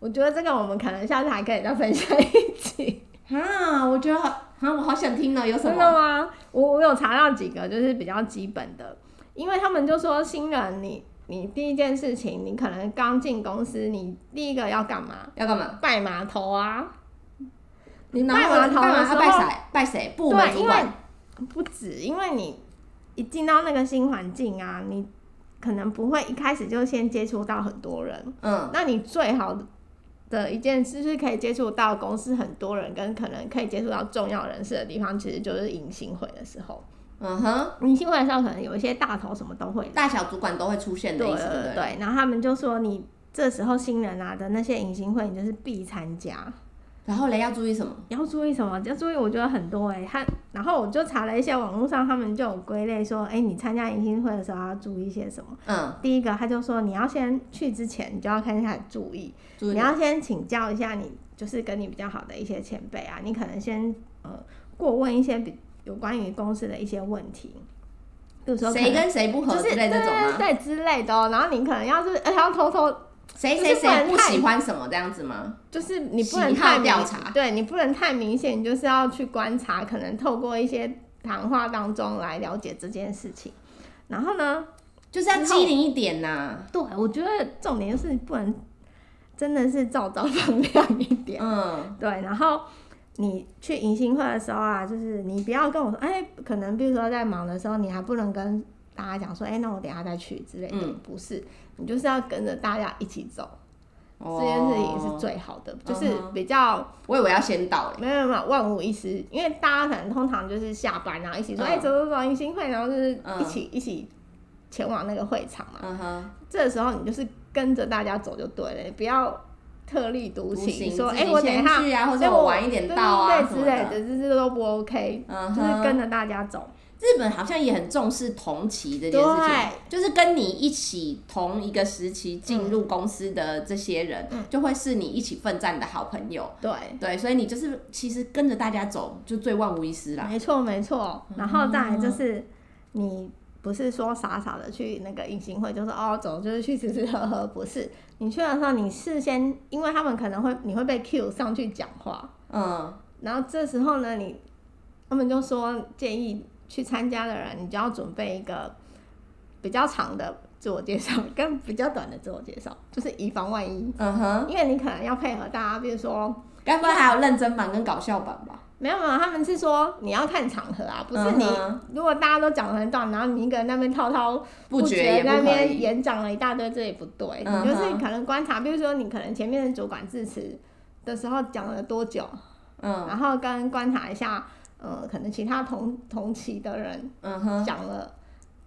[SPEAKER 1] 我觉得这个我们可能下次还可以再分享
[SPEAKER 2] <laughs>
[SPEAKER 1] 一集。
[SPEAKER 2] 啊，我觉得好啊，我好想听呢，有什
[SPEAKER 1] 真的
[SPEAKER 2] 么？
[SPEAKER 1] 吗？我我有查到几个，就是比较基本的，因为他们就说新人你，你第一件事情，你可能刚进公司，你第一个要干嘛？
[SPEAKER 2] 要干嘛？
[SPEAKER 1] 拜码头啊，
[SPEAKER 2] 你
[SPEAKER 1] 拜码头的时候
[SPEAKER 2] 要拜谁？拜谁？部门
[SPEAKER 1] 对，
[SPEAKER 2] 主
[SPEAKER 1] 因为
[SPEAKER 2] 管。
[SPEAKER 1] 不止，因为你一进到那个新环境啊，你可能不会一开始就先接触到很多人，
[SPEAKER 2] 嗯，
[SPEAKER 1] 那你最好的一件事是可以接触到公司很多人，跟可能可以接触到重要人士的地方，其实就是迎新会的时候。
[SPEAKER 2] 嗯哼，
[SPEAKER 1] 你新会的时候，可能有一些大头什么都会
[SPEAKER 2] 大小主管都会出现的意思，对不
[SPEAKER 1] 对
[SPEAKER 2] 对？
[SPEAKER 1] 对，然后他们就说你这时候新人啊的那些迎新会，你就是必参加。
[SPEAKER 2] 然后嘞，要注意什么？
[SPEAKER 1] 你要注意什么？要注意，我觉得很多哎、他然后我就查了一些网络上，他们就有归类说，哎、你参加迎新会的时候要注意一些什么。
[SPEAKER 2] 嗯，
[SPEAKER 1] 第一个，他就说你要先去之前，你就要开始注意，
[SPEAKER 2] 注意
[SPEAKER 1] 你要先请教一下你就是跟你比较好的一些前辈啊，你可能先呃过问一些比有关于公司的一些问题，比如说可
[SPEAKER 2] 谁
[SPEAKER 1] 能
[SPEAKER 2] 跟谁不合
[SPEAKER 1] 就是
[SPEAKER 2] 之类这种
[SPEAKER 1] 对啊
[SPEAKER 2] 吗？
[SPEAKER 1] 对对之类的、哦。然后你可能要是而且要偷偷，
[SPEAKER 2] 谁
[SPEAKER 1] 就是
[SPEAKER 2] 谁
[SPEAKER 1] 不能
[SPEAKER 2] 谁不
[SPEAKER 1] 太
[SPEAKER 2] 喜欢什么这样子吗？
[SPEAKER 1] 就是你不能
[SPEAKER 2] 喜好
[SPEAKER 1] 太明
[SPEAKER 2] 调查
[SPEAKER 1] 对你不能太明显，你就是要去观察，可能透过一些谈话当中来了解这件事情。然后呢，
[SPEAKER 2] 就是要
[SPEAKER 1] 之后
[SPEAKER 2] 机灵一点呐。
[SPEAKER 1] 对我觉得重点就是不能真的是照照 <laughs> 放亮一点。
[SPEAKER 2] 嗯，
[SPEAKER 1] 对，然后你去迎新会的时候啊，就是你不要跟我说，哎、可能比如说在忙的时候，你还不能跟大家讲说，哎、那我等一下再去之类的，
[SPEAKER 2] 嗯
[SPEAKER 1] 不是，你就是要跟着大家一起走，
[SPEAKER 2] 哦
[SPEAKER 1] 这件事情是最好的，就是
[SPEAKER 2] 嗯哼
[SPEAKER 1] 比较。
[SPEAKER 2] 哦我以为要先到嘞，
[SPEAKER 1] 没有没有万无一失，因为大家可能通常就是下班然后一起说，
[SPEAKER 2] 嗯
[SPEAKER 1] 哎、走走走，迎新会，然后就是
[SPEAKER 2] 嗯
[SPEAKER 1] 一起、一起前往那个会场嘛。
[SPEAKER 2] 嗯哼，
[SPEAKER 1] 这时候你就是跟着大家走就对了，你不要特立独
[SPEAKER 2] 独行
[SPEAKER 1] 行，说
[SPEAKER 2] 自
[SPEAKER 1] 哎、
[SPEAKER 2] 己
[SPEAKER 1] 我等一
[SPEAKER 2] 先
[SPEAKER 1] 下，
[SPEAKER 2] 去啊，或
[SPEAKER 1] 哎
[SPEAKER 2] 者我晚一点到啊
[SPEAKER 1] 对
[SPEAKER 2] 什
[SPEAKER 1] 对对
[SPEAKER 2] 么的。
[SPEAKER 1] 之类的，这这都不 OK，、
[SPEAKER 2] 嗯
[SPEAKER 1] 就是跟
[SPEAKER 2] 哼，
[SPEAKER 1] 着大家走。
[SPEAKER 2] 日本好像也很重视同期这件事情，就是跟你一起同一个时期进入公司的这些人，
[SPEAKER 1] 嗯
[SPEAKER 2] 就会是你一起奋战的好朋友。
[SPEAKER 1] 对，
[SPEAKER 2] 对，所以你就是其实跟着大家走，就最万无一失啦。嗯
[SPEAKER 1] 没错没错。然后再来就是你。不是说傻傻的去那个隐形会，就是哦走就是去吃吃喝喝，不是。你去的时候，你事先，因为他们可能会你会被 Q 上去讲话，
[SPEAKER 2] 嗯，
[SPEAKER 1] 然后这时候呢，你他们就说建议去参加的人，你就要准备一个比较长的自我介绍跟比较短的自我介绍，就是以防万一，
[SPEAKER 2] 嗯哼，
[SPEAKER 1] 因为你可能要配合大家，比如说
[SPEAKER 2] 该不会还有认真版跟搞笑版吧？
[SPEAKER 1] 没有没有，他们是说你要看场合啊，不是你、
[SPEAKER 2] 嗯
[SPEAKER 1] 如果大家都讲得很短，然后你一个人那边滔滔
[SPEAKER 2] 不
[SPEAKER 1] 绝
[SPEAKER 2] 觉也
[SPEAKER 1] 那
[SPEAKER 2] 不可
[SPEAKER 1] 边
[SPEAKER 2] 以。
[SPEAKER 1] 演讲了一大堆，这也不对。
[SPEAKER 2] 嗯哼
[SPEAKER 1] 你就是可能观察，比如说你可能前面的主管致辞的时候讲了多久，
[SPEAKER 2] 嗯
[SPEAKER 1] 然后跟观察一下，呃，可能其他同同期的人
[SPEAKER 2] 嗯哼，
[SPEAKER 1] 讲了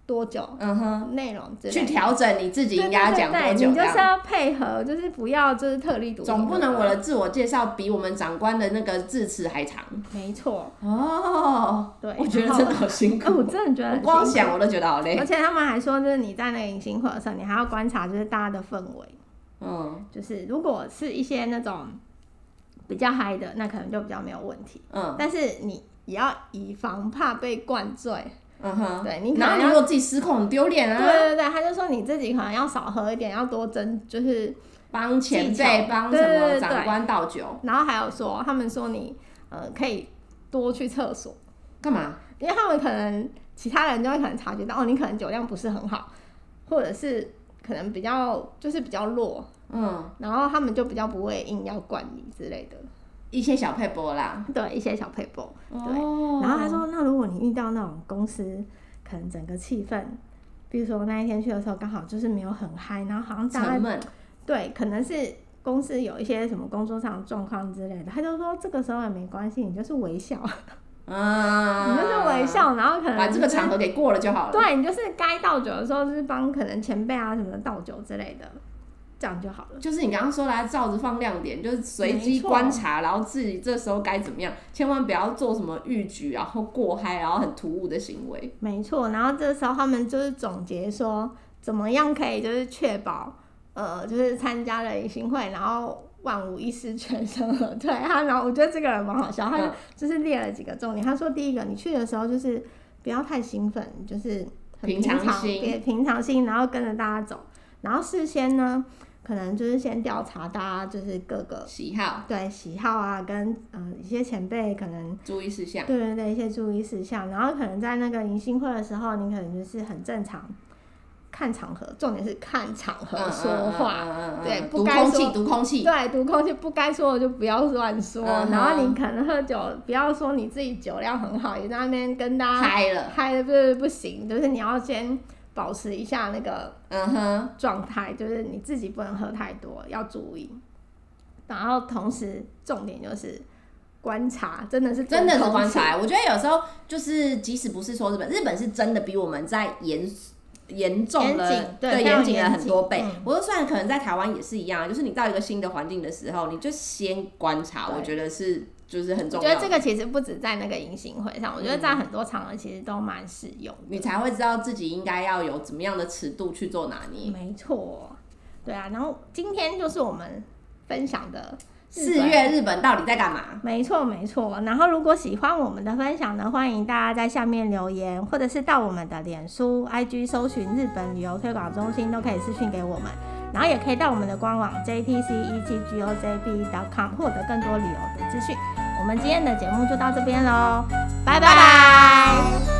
[SPEAKER 1] 多久，
[SPEAKER 2] 嗯哼，
[SPEAKER 1] 内容之类
[SPEAKER 2] 去
[SPEAKER 1] 的。
[SPEAKER 2] 调整你自己应该要讲多
[SPEAKER 1] 对对对
[SPEAKER 2] 久
[SPEAKER 1] 你
[SPEAKER 2] 这
[SPEAKER 1] 就是
[SPEAKER 2] 样。
[SPEAKER 1] 要配合，就是不要就是特立独行。
[SPEAKER 2] 总不能我的自我介绍比我们长官的那个致辞还长
[SPEAKER 1] 没错，
[SPEAKER 2] 哦。
[SPEAKER 1] 对。
[SPEAKER 2] 我觉得
[SPEAKER 1] 然后
[SPEAKER 2] 真的好辛
[SPEAKER 1] 哎， <laughs>
[SPEAKER 2] 苦，
[SPEAKER 1] 我真的觉得
[SPEAKER 2] 我
[SPEAKER 1] 很
[SPEAKER 2] 光
[SPEAKER 1] 辛苦欸
[SPEAKER 2] 想我都觉得好累
[SPEAKER 1] 而。且他们还说，就是你在那个迎新会的时候，你还要观察就是大家的氛围，
[SPEAKER 2] 嗯
[SPEAKER 1] 就是如果是一些那种比较嗨的，那可能就比较没有问题。
[SPEAKER 2] 嗯
[SPEAKER 1] 但是你也要以防怕被灌醉，
[SPEAKER 2] 嗯哼，
[SPEAKER 1] 对你可
[SPEAKER 2] 然后
[SPEAKER 1] 能
[SPEAKER 2] 你
[SPEAKER 1] 要
[SPEAKER 2] 如果自己失控，很丢脸
[SPEAKER 1] 对
[SPEAKER 2] 啊，
[SPEAKER 1] 对对，他就说你自己可能要少喝一点，要多争，就是
[SPEAKER 2] 帮前
[SPEAKER 1] 技巧
[SPEAKER 2] 辈帮
[SPEAKER 1] 对
[SPEAKER 2] 什
[SPEAKER 1] 对
[SPEAKER 2] 么
[SPEAKER 1] 对
[SPEAKER 2] 长官哦倒酒
[SPEAKER 1] 然后还有说他们说你呃可以多去厕所，
[SPEAKER 2] 干嘛？
[SPEAKER 1] 因为他们可能其他人就会可能察觉到哦，你可能酒量不是很好，或者是可能比较就是比较弱，
[SPEAKER 2] 嗯，
[SPEAKER 1] 然后他们就比较不会硬要灌你之类的，
[SPEAKER 2] 一些小配波啦。
[SPEAKER 1] 对一些小 paper。
[SPEAKER 2] 哦
[SPEAKER 1] 然后他说，那如果你遇到那种公司，可能整个气氛，比如说那一天去的时候刚好就是没有很嗨，然后好像大
[SPEAKER 2] 沉
[SPEAKER 1] 家
[SPEAKER 2] 闷，
[SPEAKER 1] 对，可能是公司有一些什么工作上的状况之类的，他就说这个时候也没关系，你就是微笑，<laughs>
[SPEAKER 2] 嗯，
[SPEAKER 1] 你就是微，笑，然后可能
[SPEAKER 2] 把这个
[SPEAKER 1] 就是
[SPEAKER 2] 场合给过了就好了。
[SPEAKER 1] 对你就是该倒酒的时候，就是帮可能前辈啊什么的倒酒之类的，这样就好了。
[SPEAKER 2] 就是你刚刚说啦，照着放亮点，就是随
[SPEAKER 1] 没
[SPEAKER 2] 机
[SPEAKER 1] 错
[SPEAKER 2] 观察，然后自己这时候该怎么样，千万不要做什么逾矩，然后过嗨，然后很突兀的行为。
[SPEAKER 1] 没错，然后这时候他们就是总结说，怎么样可以就是确保，呃，就是参加了迎新会，然后万无一失，全身而退。他然后我觉得这个人蛮好笑，他就
[SPEAKER 2] 嗯
[SPEAKER 1] 就是列了几个重点。他说第一个，你去的时候就是不要太兴奋，就是很
[SPEAKER 2] 平
[SPEAKER 1] 常
[SPEAKER 2] 常心
[SPEAKER 1] 对平常心，然后跟着大家走。然后事先呢，可能就是先调查大家就是各个
[SPEAKER 2] 嗯喜好、
[SPEAKER 1] 对喜好啊，跟嗯、一些前辈可能
[SPEAKER 2] 注意事项，
[SPEAKER 1] 对对对，一些注意事项。然后可能在那个迎新会的时候，你可能就是很正常，看场合，重点是看场合
[SPEAKER 2] 嗯
[SPEAKER 1] 说话。，
[SPEAKER 2] 嗯嗯嗯嗯嗯
[SPEAKER 1] 对不
[SPEAKER 2] 读
[SPEAKER 1] 该
[SPEAKER 2] 空气，
[SPEAKER 1] 说
[SPEAKER 2] 读空气，
[SPEAKER 1] 对，读空气不该说的就不要乱说。
[SPEAKER 2] 嗯哼
[SPEAKER 1] 然后你可能喝酒，不要说你自己酒量很好，也在那边跟大家
[SPEAKER 2] 嗨了，
[SPEAKER 1] 嗨的不不行，就是你要先保持一下那个
[SPEAKER 2] 嗯哼，
[SPEAKER 1] 状态，就是你自己不能喝太多，要注意。然后同时重点就是观察，嗯真的是
[SPEAKER 2] 真的是
[SPEAKER 1] 做空
[SPEAKER 2] 观
[SPEAKER 1] 气
[SPEAKER 2] 察。我觉得有时候就是，即使不是说日本，日本是真的比我们在严严重了
[SPEAKER 1] 严谨，对非常
[SPEAKER 2] 严谨了
[SPEAKER 1] 严
[SPEAKER 2] 很多
[SPEAKER 1] 谨
[SPEAKER 2] 倍。
[SPEAKER 1] 嗯
[SPEAKER 2] 我说虽然可能在台湾也是一样，就是你到一个新的环境的时候，你就先观察，
[SPEAKER 1] 对
[SPEAKER 2] 我觉得是就是很
[SPEAKER 1] 我
[SPEAKER 2] 重
[SPEAKER 1] 觉
[SPEAKER 2] 要
[SPEAKER 1] 得
[SPEAKER 2] 的。
[SPEAKER 1] 这个其实不止在那个迎新会上，我觉得在很多场合其实都蛮适用
[SPEAKER 2] 你
[SPEAKER 1] 的。
[SPEAKER 2] 才会知道自己应该要有怎么样的尺度去做拿捏。
[SPEAKER 1] 没错，对啊。然后今天就是我们分享的
[SPEAKER 2] 四
[SPEAKER 1] 日本，
[SPEAKER 2] 月日本到底在干嘛？
[SPEAKER 1] 没错没错。然后如果喜欢我们的分享呢，欢迎大家在下面留言，或者是到我们的脸书、IG 搜寻日本旅游推广中心，都可以私讯给我们。然后也可以到我们的官网 jtc 1 7 gojb.com 获得更多旅游的资讯。我们今天的节目就到这边喽，拜拜